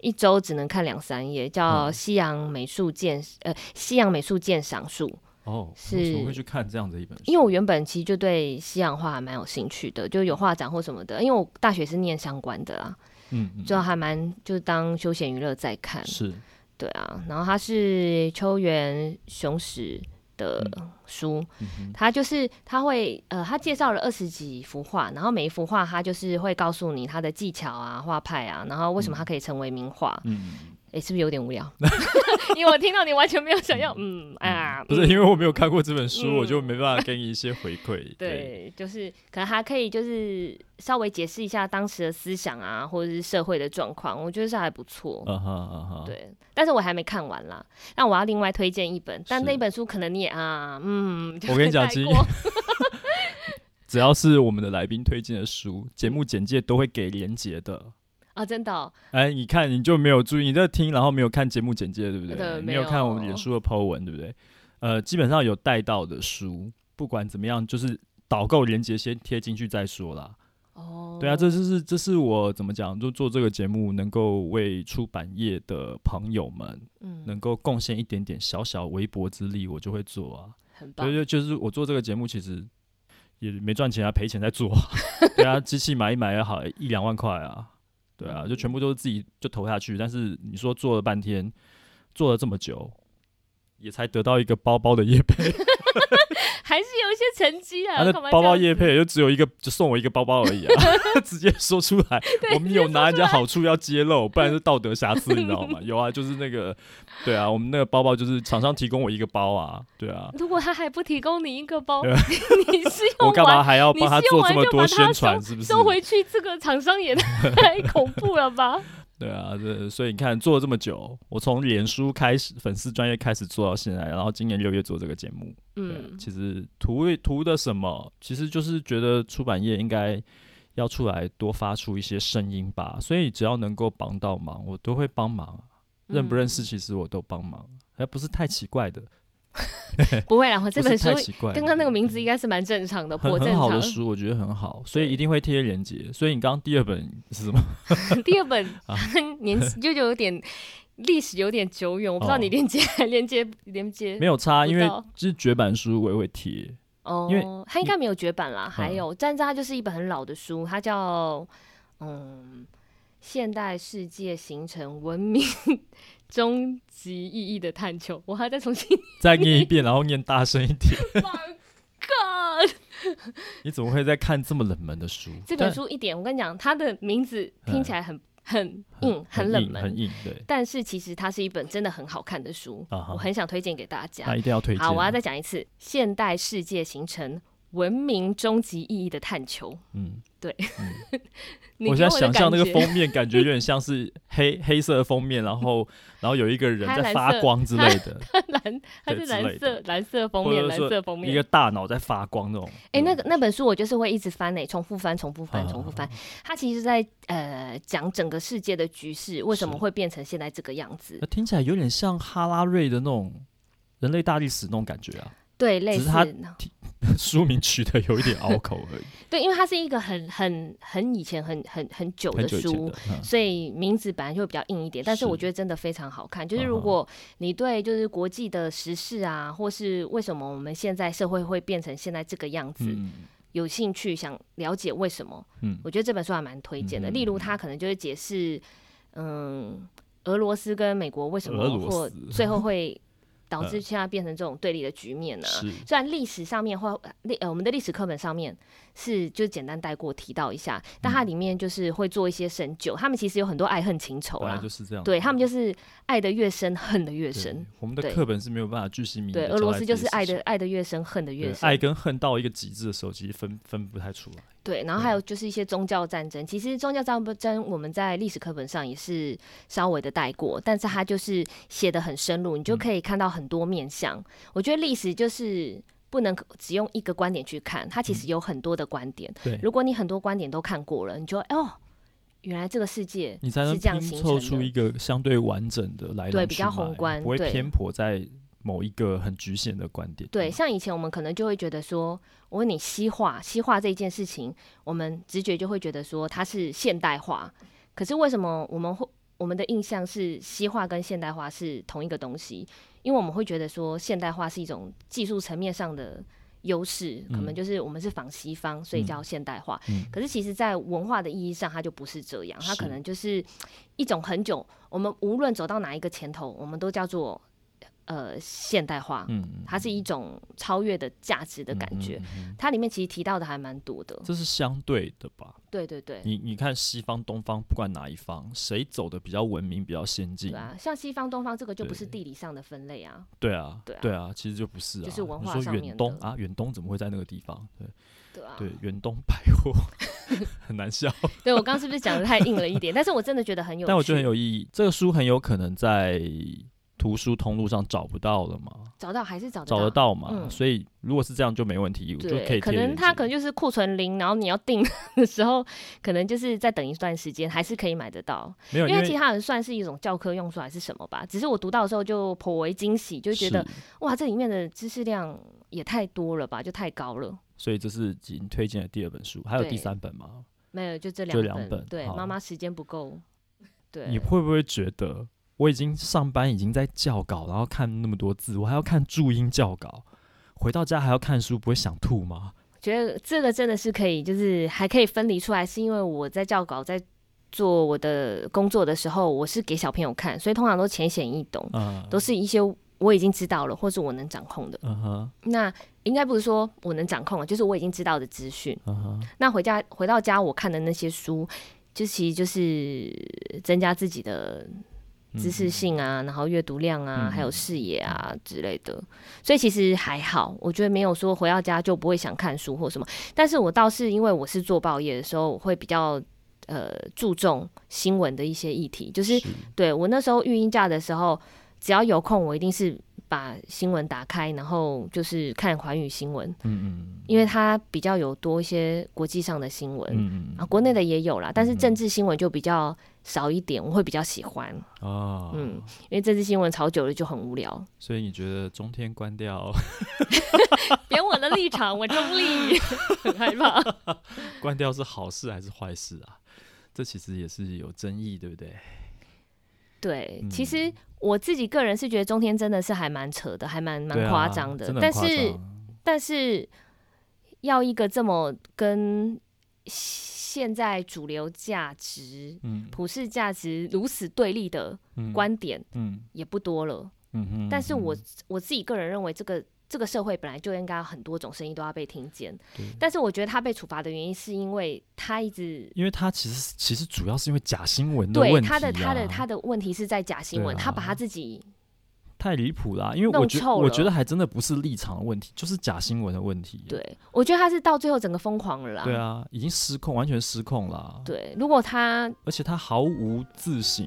B: 一周只能看两三页，叫《
A: 嗯
B: 西洋美术鉴》呃，《西洋美术鉴赏术》。
A: 哦，
B: 是
A: 为什么会去看这样的一本书？
B: 因为我原本其实就对西洋画还蛮有兴趣的，就有画展或什么的。因为我大学是念相关的啊，
A: 嗯嗯
B: 就还蛮就当休闲娱乐在看。
A: 是嗯
B: 对啊，然后它是秋元雄史的书，
A: 嗯哼
B: 它就是它会呃，它介绍了二十几幅画，然后每一幅画它就是会告诉你它的技巧啊、画派啊，然后为什么它可以成为名画。
A: 嗯，
B: 诶，是不是有点 无聊？因为我听到你完全没有想要，嗯啊，
A: 不是因为我没有看过这本
B: 嗯
A: 书，我就没办法给你一些回馈。对，
B: 对，就是可能还可以，就是稍微解释一下当时的思想啊，或者是社会的状况，我觉得是还不错。
A: 啊哈啊哈，
B: 对，但是我还没看完啦。那我要另外推荐一本，但
A: 是
B: 那本书可能你也啊，嗯，就
A: 我跟你讲
B: 带
A: 其实
B: 过
A: 只要是我们的来宾推荐的书，节目简介都会给连结的。
B: 啊，真的哦、
A: 哎，你看你就没有注意，你在听，然后没有看节目简介，对不对？
B: 对
A: 没
B: 没有
A: 看我们脸书的 po 文，对不对？呃，基本上有带到的书，不管怎么样，就是导购链接先贴进去再说啦。
B: 哦，
A: 对啊，这就是这是我怎么讲，就做这个节目能够为出版业的朋友们
B: 嗯，
A: 能够贡献一点点小小微薄之力，我就会做啊。
B: 很棒
A: 所以。就就是我做这个节目，其实也没赚钱啊，赔钱在 做啊。对啊，机器买一买也好，一两万块啊。对
B: 嗯
A: 啊，就全部都是自己就投下去。但是你说做了半天，做了这么久，也才得到一个包包的业配，
B: 还是有一些成绩啊。
A: 啊、那
B: 干嘛
A: 包包
B: 这样
A: 业配也就只有一个，就送我一个包包而已 啊，直接说出来，我们有拿人家好处要揭露，不然是道德瑕疵，你知道吗？有啊，就是那个，对啊，我们那个包包就是厂商提供我一个包啊，对啊，
B: 如果他还不提供你一个包，
A: 对啊
B: 你你是
A: 我
B: 用
A: 干嘛
B: 完
A: 还要帮他
B: 你是
A: 做
B: 用
A: 这么
B: 完就
A: 多
B: 把它
A: 宣传？是不是？
B: 收回去，这个厂商也 太恐怖了吧？
A: 对啊，这所以你看做了这么久，我从脸书开始，粉丝专业开始做到现在，然后今年六月做这个节目。 对啊，
B: 嗯，
A: 其实图为图的什么？其实就是觉得出版业应该要出来多发出一些声音吧。所以只要能够帮到忙，我都会帮忙。啊认不认识，其实我都帮忙，还不是太奇怪的。
B: 嗯？不会啦，我这
A: 啊不
B: 本
A: 是
B: 书
A: 太奇怪的，
B: 刚刚那个名字应该是蛮正常的，
A: 很
B: 颇正
A: 很好的
B: 常。
A: 书，我觉得很好，所以一定会贴链接。所以你刚刚第二本是什么？
B: 第二本
A: 啊
B: 年就有点历史有点久远，我不知道
A: 哦
B: 你连接连接连接
A: 没有差，
B: 不
A: 因为
B: 到
A: 就是绝版书我也会贴。
B: 哦，
A: 因为嗯
B: 它应该没有绝版啦。还有，但是它就是一本很老的书，它叫嗯《现代世界形成文明 终极意义的探求》，我还在重新
A: 再念一 遍，然后念大声一点。
B: God
A: 你怎么会在看这么冷门的书？
B: 这本书一点，我跟你讲，它的名字听起来很很
A: 但
B: 硬，嗯很冷
A: 硬嗯很
B: 门，
A: 硬，对
B: 但是其实它是一本真的很好看的书，
A: 啊哈
B: 我很想推荐给大
A: 那
B: 家。
A: 一定要推荐。
B: 好，我要再讲一次，《现代世界形成文明终极意义的探求》。
A: 嗯，
B: 你
A: 我
B: 给
A: 现在
B: 的
A: 想象那
B: 感
A: 个
B: 觉
A: 封面，感觉有点像是黑黑色的封面，然后然后有一个人
B: 它
A: 在
B: 蓝
A: 发
B: 色
A: 光之类的，
B: 蓝，它
A: 对
B: 是
A: 之
B: 蓝
A: 类
B: 色
A: 的
B: 蓝色封
A: 或
B: 面，
A: 者
B: 蓝
A: 说
B: 色封
A: 一
B: 面
A: 个。大脑在发光那种。
B: 哎、那
A: 嗯
B: 个那本书我就是会一直翻诶、重复翻，重复翻，
A: 啊
B: 重复翻。它其实是在呃讲整个世界的局势为什么
A: 是呃
B: 会变成现在这个样子
A: 那，听起来有点像哈拉瑞的那种人类大历史那种感觉啊，
B: 对，类
A: 只
B: 似
A: 是它
B: 呢
A: 书名取得有一点拗口 而已，
B: 对，因为它是一个很很很以前很很很久
A: 很
B: 的
A: 久以前
B: 书
A: 的。。嗯
B: 所以名字本来就会比较硬一点，但是
A: 是
B: 我觉得真的非常好看。就是
A: 嗯哼
B: 如果你对就是国际的时事啊，或是为什么我们现在社会会变成现在这个样子，
A: 嗯
B: 有兴趣想了解为什么，
A: 嗯
B: 我觉得这本书还蛮推荐的。
A: 嗯
B: 例如，它可能就是解释，嗯，俄罗斯跟美国为什
A: 俄
B: 么
A: 罗斯
B: 或最后会导致现在变成这种对立的局面呢、
A: 是
B: 虽然历史上面或历呃我们的历史课本上面是就简单带过提到一下，但
A: 嗯
B: 它里面就是会做一些深究。他们其实有很多爱恨情仇
A: 本来
B: 啦，
A: 就是这样。
B: 对他们就是爱的越深，恨的越
A: 对
B: 深。
A: 我们的
B: 对
A: 课本是没有办法巨细靡遗地
B: 对，
A: 交代
B: 俄罗斯
A: 这
B: 就
A: 些
B: 是爱
A: 事
B: 的爱的越深，恨的
A: 情
B: 越
A: 对
B: 深。
A: 爱跟恨到一个极致的时候，其实分分不太出来。
B: 对，然后还有就是一些宗教战争。其实宗教战争我们在历史课本上也是稍微的带过，但是它就是写的很深入，你就可以看到很多面相。我觉得历史就是不能只用一个观点去看，它其实有很多的观点。
A: 对
B: 如果你很多观点都看过了，你就会哦，原来这个世界
A: 你才能
B: 是这样
A: 拼
B: 形
A: 凑
B: 成
A: 出一
B: 的。
A: 个相对完整的来龙
B: 对比较
A: 去脉
B: 宏观
A: 不会
B: 对
A: 偏颇在某一个很局限的观点。
B: 对，像以前我们可能就会觉得说，我问你西化，西化这一件事情，我们直觉就会觉得说它是现代化，可是为什么我们会我们的印象是西化跟现代化是同一个东西？因为我们会觉得说现代化是一种技术层面上的优势，可能就是我们是仿西方，所以叫现代化。
A: 嗯
B: 可是其实，在文化的意义上，它就不是这样，它可能就是一种很久，我们无论走到哪一个前头，我们都叫做呃现代化。
A: 嗯，嗯，
B: 它是一种超越的价值的感觉。
A: 嗯嗯嗯
B: 它里面其实提到的还蛮多的，
A: 这是相对的吧？
B: 对对对，
A: 你你看西方、东方，不管哪一方，谁走的比较文明、比较先进
B: 对？啊，像西方、东方这个就不
A: 对
B: 是地理上的分类啊，
A: 对啊
B: 对啊，
A: 对啊，其实就不是啊。
B: 就是文
A: 你
B: 化上
A: 说
B: 面
A: 远东
B: 的
A: 啊，远东怎么会在那个地方？对
B: 对啊，
A: 对，远东百 货很难笑，
B: 对我刚刚是不是讲的太硬了一点？但是我真的觉得很有趣，
A: 但我觉得很有意义。这个书很有可能在图书通路上找不到了嘛。
B: 找到还是找
A: 找得，到嘛，
B: 嗯
A: 所以如果是这样就没问题，我就可
B: 对，
A: 以
B: 可
A: 贴
B: 能
A: 链
B: 它
A: 接
B: 可能就是库存零，然后你要订的时候，可能就是再等一段时间，还是可以买得到，
A: 没有，
B: 因
A: 啊因
B: 为其实它很算是一种教科用书还是什么吧。只是我读到的时候就颇为惊喜，就觉得
A: 是
B: 哇，这里面的知识量也太多了吧，就太高了。
A: 所以这是您推荐的第二本书，还有
B: 对
A: 第三本吗？
B: 没有，就这
A: 就
B: 两
A: 两本
B: 对，
A: 好
B: 妈妈时间不够。对，
A: 你会不会觉得我已经上班已经在校稿，然后看那么多字，我还要看注音校稿，回到家还要看书，不会想吐吗？
B: 觉得这个真的是可以，就是还可以分离出来，是因为我在校稿在做我的工作的时候，我是给小朋友看，所以通常都浅显易懂，
A: 嗯
B: 都是一些我已经知道了或是我能掌控的。
A: 嗯哼
B: 那应该不是说我能掌控了，就是我已经知道的资讯。
A: 嗯哼，
B: 那回家回到家，我看的那些书，就其实就是增加自己的知识性啊，然后阅读量啊，
A: 嗯
B: 还有视野啊之类的。所以其实还好，我觉得没有说回到家就不会想看书或什么。但是我倒是因为我是做报业的时候，我会比较。呃，注重新闻的一些议题，就是对我那时候育婴假的时候，只要有空，我一定是把新闻打开，然后就是看环宇新闻，
A: 嗯嗯
B: 因为它比较有多一些国际上的新闻，
A: 嗯
B: 啊，国内的也有啦，但是政治新闻就比较少一点，我会比较喜欢，
A: 嗯啊，
B: 嗯，因为政治新闻炒久了就很无 聊。
A: 所以你觉得中天关掉
B: 点我的立场，我中 立，很害怕。
A: 关掉是好事还是坏事啊？这其实也是有争议，对不对？
B: 对
A: 嗯，
B: 其实我自己个人是觉得中天真的是还蛮扯的，还蛮
A: 对
B: 蛮
A: 啊
B: 夸张的，
A: 真的很
B: 但
A: 夸
B: 是
A: 张
B: 但是要一个这么跟现在主流价值、
A: 嗯
B: 普世价值如此对立的
A: 嗯
B: 观点
A: 嗯
B: 也不多了。
A: 嗯哼，
B: 但是我
A: 嗯
B: 我自己个人认为，这个这个社会本来就应该很多种声音都要被听见
A: 对。
B: 但是我觉得他被处罚的原因，是因为他一直
A: 因为他其实其实主要是因为假新闻
B: 对
A: 问题、啊，
B: 他的他的他的问题是在假新闻，
A: 对啊
B: 他把他自己
A: 太离谱啦！因为我
B: 弄
A: 觉得
B: 臭
A: 我
B: 了
A: 觉得还真的不是立场的问题，就是假新闻的问题。
B: 对我觉得他是到最后整个疯狂了啦。
A: 对啊，已经失控，完全失控啦。
B: 对如果他
A: 而且他毫无自省，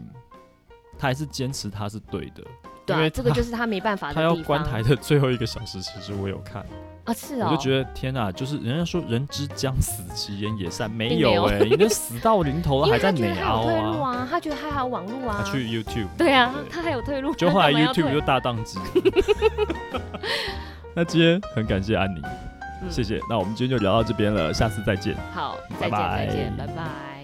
A: 他还是坚持他是对的。
B: 对
A: 因
B: 啊，
A: 为
B: 这个
A: 他
B: 就是他没办法的
A: 他要
B: 地
A: 关
B: 方
A: 台的最后一个小时，其实我有看，
B: 啊，是
A: 我
B: 哦，
A: 就觉得天啊，就是人家说人之将死，其言也善，没
B: 并没
A: 有
B: 有哎
A: 哎、你都死到临头了，
B: 因
A: 还
B: 为
A: 在
B: 他 觉
A: 美
B: 得他有
A: 凹
B: 退路
A: 啊？
B: 啊，他觉得他还有网路
A: 他
B: 啊，
A: 去 YouTube，
B: 对啊，他还有退路，
A: 就后 来
B: 他干嘛要
A: YouTube
B: 退
A: 就大宕机。 那今天很感谢安妮，
B: 嗯
A: 谢谢。那我们今天就聊到这边了，下次再见。
B: 好，再
A: 拜
B: 见再见，
A: 拜
B: 拜拜。